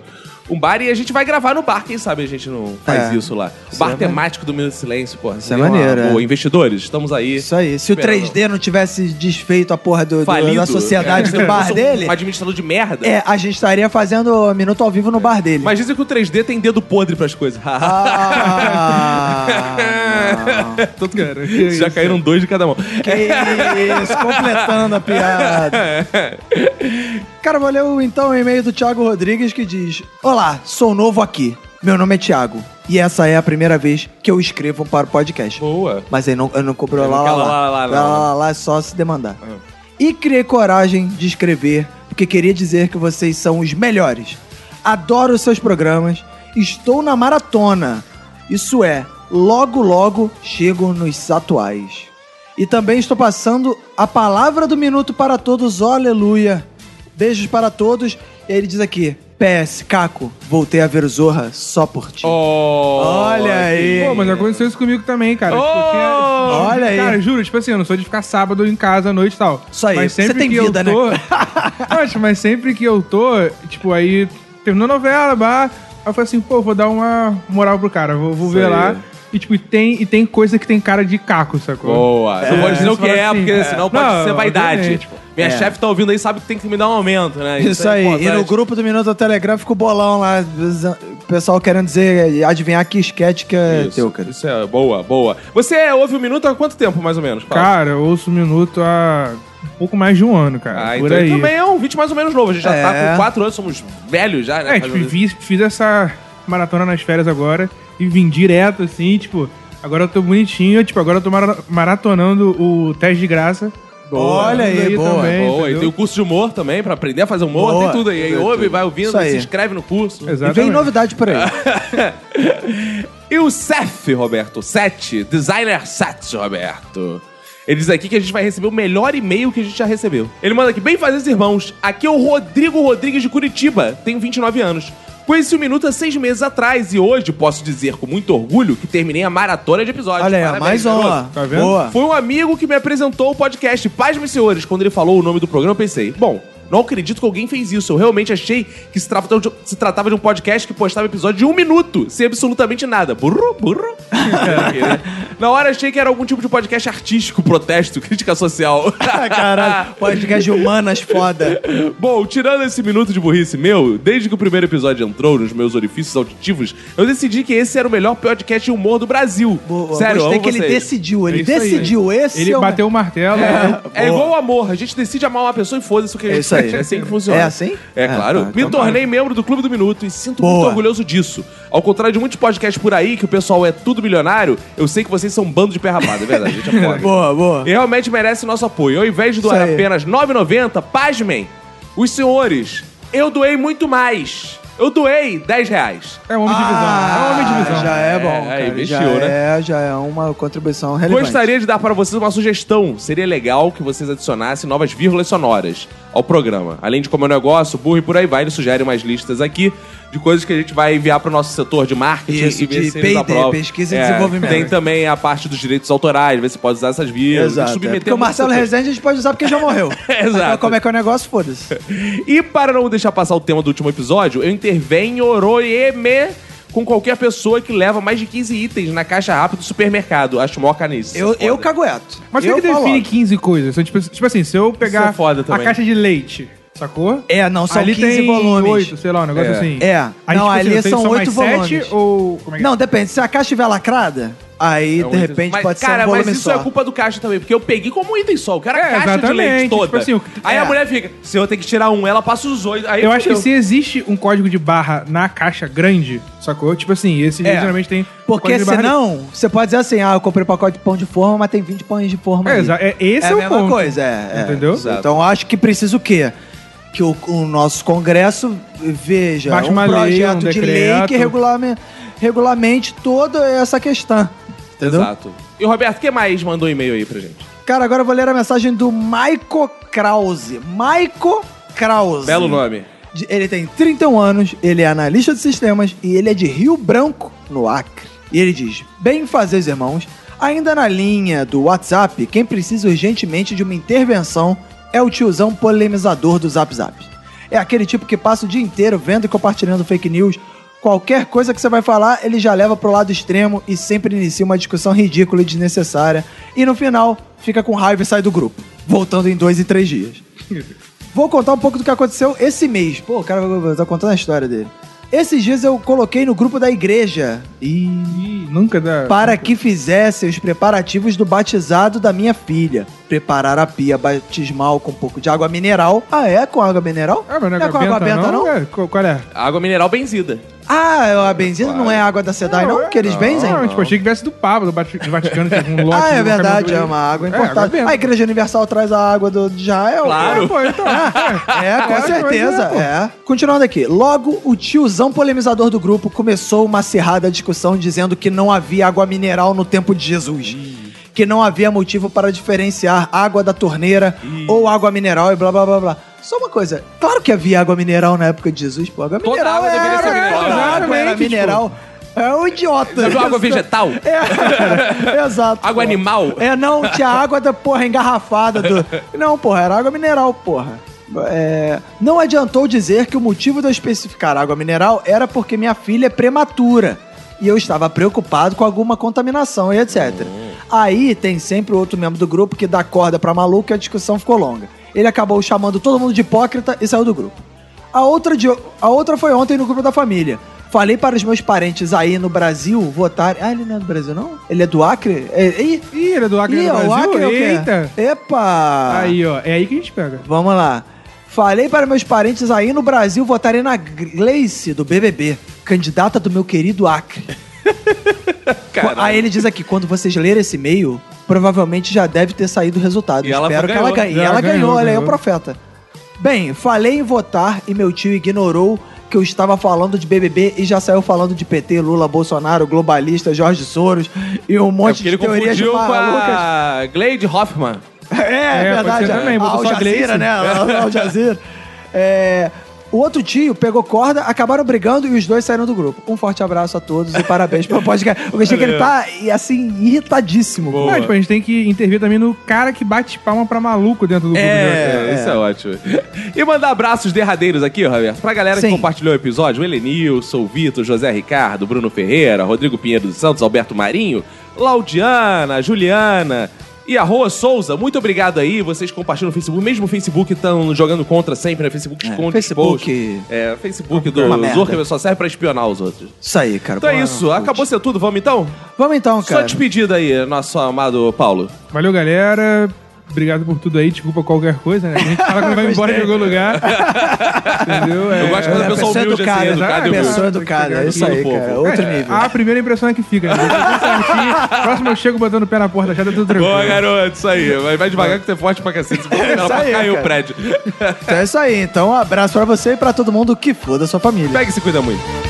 um bar e a gente vai gravar no bar. Quem sabe a gente não faz
É.
isso lá. O bar
é
temático do Minuto de Silêncio, porra.
Isso é
seria uma
maneiro, é.
boa. Investidores, estamos aí.
Isso aí. Se
Esperando.
o 3D não tivesse desfeito a porra do, do-
Falido.
da sociedade
É,
do bar
fosse um
dele,
administrador de merda.
é, a gente estaria fazendo Minuto ao Vivo no bar dele.
Mas dizem que o 3D tem dedo podre pras coisas.
Ah,
Todo cara. que
né? Já
isso.
caíram dois de cada mão.
que isso, completando a piada. Cara, valeu então o e-mail do Thiago Rodrigues que diz: Olá, sou novo aqui. Meu nome é Thiago. E essa é a primeira vez que eu escrevo para o podcast.
Boa.
Mas aí não, eu não cobrou
Eu
lá,
não
lá,
quero
lá,
lá,
lá,
lá, lá,
lá,
Ah. lá.
lá, é só se demandar. E criei coragem de escrever, porque queria dizer que vocês são os melhores. Adoro seus programas, estou na maratona. Isso é, logo logo chego nos satuais. E também estou passando a palavra do minuto para todos, aleluia. Beijos para todos. E ele diz aqui, PS, Caco, voltei a ver Zorra só por ti.
um
Olha aí.
Pô, mas aconteceu isso comigo também, cara. Tipo,
Oh!
eu tinha-
Olha aí.
Cara, juro, tipo assim, eu não sou de ficar sábado em casa à noite e tal.
Isso aí,
Mas
você
sempre
tem
que
vida,
eu
né?
tô... né? mas sempre que eu tô, tipo, aí terminou a novela, bah, aí eu falei assim, pô, vou dar uma moral pro cara, vou, vou
Isso
ver
aí.
lá. E, tipo, e tem, e tem coisa que tem cara de caco, sacou?
Boa. Não pode dizer o
você
que
fala
é,
assim,
porque
é.
senão pode
Não,
ser vaidade.
obviamente, pô.
Minha
É.
chefe tá ouvindo aí sabe que tem que me dar um aumento, né?
Isso
é
aí. E
importante.
no grupo do Minuto do Telegram fica o bolão lá. O pessoal querendo dizer, adivinhar que esquete que é
Isso,
teu, cara.
Isso é boa, boa. Você ouve o minuto há quanto tempo, mais ou menos?
Tá.
Paulo?
Cara, eu ouço um minuto há um pouco mais de um ano, cara.
Ah,
por
então
aí.
ele também é um vídeo mais ou menos novo. A gente já tá
É.
com 4 anos, somos velhos já,
É,
né? Mais
tipo,
ou menos.
fiz, fiz essa maratona nas férias agora e vim direto, assim, tipo, agora eu tô bonitinho, tipo, agora eu tô mara- maratonando o teste de graça.
Olha aí,
Daí
boa.
também,
Boa, e
entendeu?
tem o curso de humor também, pra aprender a fazer humor,
Boa.
tem tudo aí. Aí ouve, vai ouvindo,
Isso aí.
se inscreve no curso.
E
Exatamente.
vem novidade por aí.
E o Seth, Roberto, Seth, designer Seth, Roberto. Ele diz aqui que a gente vai receber o melhor e-mail que a gente já recebeu. Ele manda aqui, bem fazer irmãos, aqui é o Rodrigo Rodrigues de Curitiba, tenho 29 anos. Conheci o Minuto há seis meses atrás e hoje posso dizer com muito orgulho que terminei a maratona de episódios.
Olha aí, ó,
Parabéns,
mais
garoto.
uma.
Tá vendo?
Boa.
Foi um amigo que me apresentou o podcast. Paz, meus senhores, quando ele falou o nome do programa, eu pensei, bom. Não acredito que alguém fez isso. Eu realmente achei que se tratava de, se tratava de um podcast que postava episódio de um minuto, sem absolutamente nada. Burro, burro.
É,
Na hora achei que era algum tipo de podcast artístico, protesto, crítica social.
Caralho, podcast de humanas foda.
Bom, tirando esse minuto de burrice meu, desde que o primeiro episódio entrou nos meus orifícios auditivos, eu decidi que esse era o melhor podcast de humor do Brasil.
Boa,
Sério, eu
gostei
amo
que ele
vocês.
decidiu. Ele
É isso aí.
decidiu. Esse
Ele
é o-
bateu o martelo.
É igual o amor, a gente decide amar uma pessoa e foda-se o que a
É
gente
isso aí.
É assim que funciona.
É assim?
É,
É,
claro.
tá,
Me
então
tornei membro do Clube do Minuto e sinto muito
Boa.
orgulhoso disso. Ao contrário de muitos podcasts por aí, que o pessoal é tudo milionário, eu sei que vocês são um bando de pé rapado, é verdade, a gente é pobre.
Boa, boa.
E realmente merece nosso apoio. Ao invés de doar
Isso aí.
apenas R$ 9,90, pasmem, os senhores, eu doei muito mais. Eu doei 10 reais.
É um homem de visão. É um homem de visão.
Já é bom.
É,
Ah, cara,
aí investiu,
já
né?
É, já é uma contribuição relevante.
Gostaria de dar para vocês uma sugestão. Seria legal que vocês adicionassem novas vírgulas sonoras ao programa. Além de como é o negócio, burro e por aí vai, ele sugere umas listas aqui de coisas que a gente vai enviar para o nosso setor de marketing
Isso,
e ver
de
se eles
P&D,
aprovam. É,
pesquisa e desenvolvimento.
Tem também a parte dos direitos autorais, ver se pode usar essas vírgulas.
Exato. é.
submeter
Porque o
muito
Marcelo
seu texto.
Rezende a gente pode usar porque já morreu.
Exato.
Então, como é que é o negócio? Foda-se.
E para não deixar passar o tema do último episódio, eu intervenho Oroeme com qualquer pessoa que leva mais de 15 itens na caixa rápida do supermercado. Acho mó canice.
Eu, eu cagueto.
Mas
eu
quem que
falo,
define 15 coisas? São, Tipo, tipo assim, se eu
Isso
pegar
é foda
a
também.
caixa de leite, sacou?
É, não, são
ali
15
tem
volumes.
8, sei lá, um negócio
É.
assim.
É.
Aí,
Não,
tipo
ali
assim, eu tenho
são
só
oito
mais sete
volumes.
ou... Como é que é?
Não, depende. Se a caixa estiver lacrada, aí, de repente,
É mas,
pode
cara,
ser um volume
mas isso
só.
é culpa do caixa também, porque eu peguei como um item só. O cara
É,
caixa de leite
exatamente,
toda.
tipo assim, o-
aí a
é.
mulher fica, se eu tenho que tirar um, ela passa os oito. Aí
Eu acho que
fudeu.
se existe um código de barra na caixa grande, sacou? Tipo assim, esse
É.
geralmente tem...
Porque
código de barra
senão, você pode dizer assim, ah, eu comprei um pacote de pão de forma, mas tem 20 pães de forma
É,
ali.
exa- é- esse é,
a
o
mesma
ponto.
coisa, é. é.
Entendeu?
Exato. Então eu acho que precisa o quê? Que o, o nosso Congresso veja
Baixe
um
uma lei,
projeto
um
de lei
decreto.
que regulame, regulamente toda essa questão. Entendeu?
Exato. E o Roberto, que mais mandou um e-mail aí pra gente?
Cara, agora eu vou ler a mensagem do Michael Krause. Michael Krause.
Belo nome.
De- Ele tem 31 anos, ele é analista de sistemas e ele é de Rio Branco, no Acre. E ele diz: Bem fazer, irmãos. Ainda na linha do WhatsApp, quem precisa urgentemente de uma intervenção é o tiozão polemizador do Zap Zap. É aquele tipo que passa o dia inteiro vendo e compartilhando fake news. Qualquer coisa que você vai falar, ele já leva pro lado extremo e sempre inicia uma discussão ridícula e desnecessária. E no final, fica com raiva e sai do grupo, voltando em dois e três dias. Vou contar um pouco do que aconteceu esse mês. Pô, o cara vai- tá contando a história dele. Esses dias eu coloquei no grupo da igreja
Ih, nunca dá...
para que fizessem os preparativos do batizado da minha filha. Preparar a pia batismal com um pouco de água mineral. Ah, é? Com água mineral?
Ah, mas não é
Não é com água benta, não?
É, qual qual é?
Água mineral benzida.
Ah, a benzina não é água da Sedai, não? Que eles benzem?
Não, tipo, achei que viesse do Papa, do Vati- do Vaticano, que um lote...
Ah, é
no caminhão
verdade,
dele.
é uma água
água
importada.
benta.
a Igreja Universal traz a água do de Israel.
Claro.
Pô, então...
É, com
É,
certeza.
pois
É. Continuando aqui. Logo, o tiozão polemizador do grupo começou uma acirrada discussão dizendo que não havia água mineral no tempo de Jesus. Que não havia motivo para diferenciar água da torneira ou água mineral e blá blá blá blá. Só uma coisa, claro que havia água mineral na época de Jesus, pô. Água
Toda
mineral
água deveria
era,
ser mineral.
toda água era
Exatamente,
mineral. É um idiota.
Você viu água vegetal?
É, exato.
Água
pô.
animal?
É, não, tinha água da porra engarrafada do. Não, porra, era água mineral, porra. É, não adiantou dizer que o motivo de eu especificar água mineral era porque minha filha é prematura e eu estava preocupado com alguma contaminação e etc.
Hum.
Aí tem sempre outro membro do grupo que dá corda pra maluco e a discussão ficou longa. Ele acabou chamando todo mundo de hipócrita e saiu do grupo. A outra, de- a outra foi ontem no grupo da família. Falei para os meus parentes aí no Brasil votarem. Ah, ele não é do Brasil, não? Ele é do Acre? É, e,
Ih, ele é do Acre
Ih,
do
ó, o
Brasil?
Acre é o quê?
Eita!
Epa!
Aí, ó, é aí que a gente pega.
Vamos lá. Falei para meus parentes aí no Brasil votarem na Gleice do BBB, candidata do meu querido Acre.
Caralho.
Aí ele diz aqui, quando vocês lerem esse e-mail, provavelmente já deve ter saído o resultado.
E ela
Espero que
ganhou.
ela ganhe. E
Já
ela ganhou,
ganhou,
olha aí o
ganhou.
profeta. Bem, falei em votar e meu tio ignorou que eu estava falando de BBB e já saiu falando de PT, Lula, Bolsonaro, globalista, Jorge Soros e um
É
monte
porque ele
de teorias
confundiu com
malucas.
a Glade Hoffman.
É,
É,
é verdade.
pode ser também,
a
botou
Al
só
Jazeera,
Gleison.
né? A Al Jazeera. É, o outro tio pegou corda, acabaram brigando e os dois saíram do grupo. Um forte abraço a todos e parabéns pelo podcast. Eu achei que ele tá, e, assim, irritadíssimo.
Boa.
Não, tipo, a gente tem que intervir também no cara que bate palma pra maluco dentro do grupo. né?
É, isso é ótimo. E mandar abraços derradeiros aqui, Roberto, pra galera
Sim.
que compartilhou o episódio: o Elenilson, o Vitor, José Ricardo, Bruno Ferreira, Rodrigo Pinheiro dos Santos, Alberto Marinho, Laudiana, Juliana. E a Roa Souza, muito obrigado aí. Vocês compartilham no Facebook, mesmo o Facebook estão jogando contra sempre, né? Facebook esconde os
É, Facebook-
posts. É, Facebook
Uma
do
merda.
Zorca só serve pra espionar os outros.
Isso aí, cara.
Então é
Boa,
isso,
putz.
acabou ser tudo, vamos então?
Vamos então,
Só
cara.
despedida aí, nosso amado Paulo.
Valeu, galera. Obrigado por tudo aí, desculpa qualquer coisa, né? A gente é, fala quando vai embora de algum lugar. Entendeu?
Eu gosto quando a pessoa
pessoa
humilde
educada,
assim, educada e humilde.
pessoa educada, é isso
Tudo
aí,
fofo.
cara. Outro nível.
A primeira impressão é que fica. Né? Tudo certinho. Próximo eu chego botando o pé na porta, já tá tudo tranquilo.
Boa, garoto, isso aí. Vai, vai devagar que você é forte pra cacete. Ela
isso
vai
aí,
cair o
cara.
prédio.
Então é isso aí. Então, um abraço pra você e pra todo mundo que foda a sua família.
Pega e se cuida muito.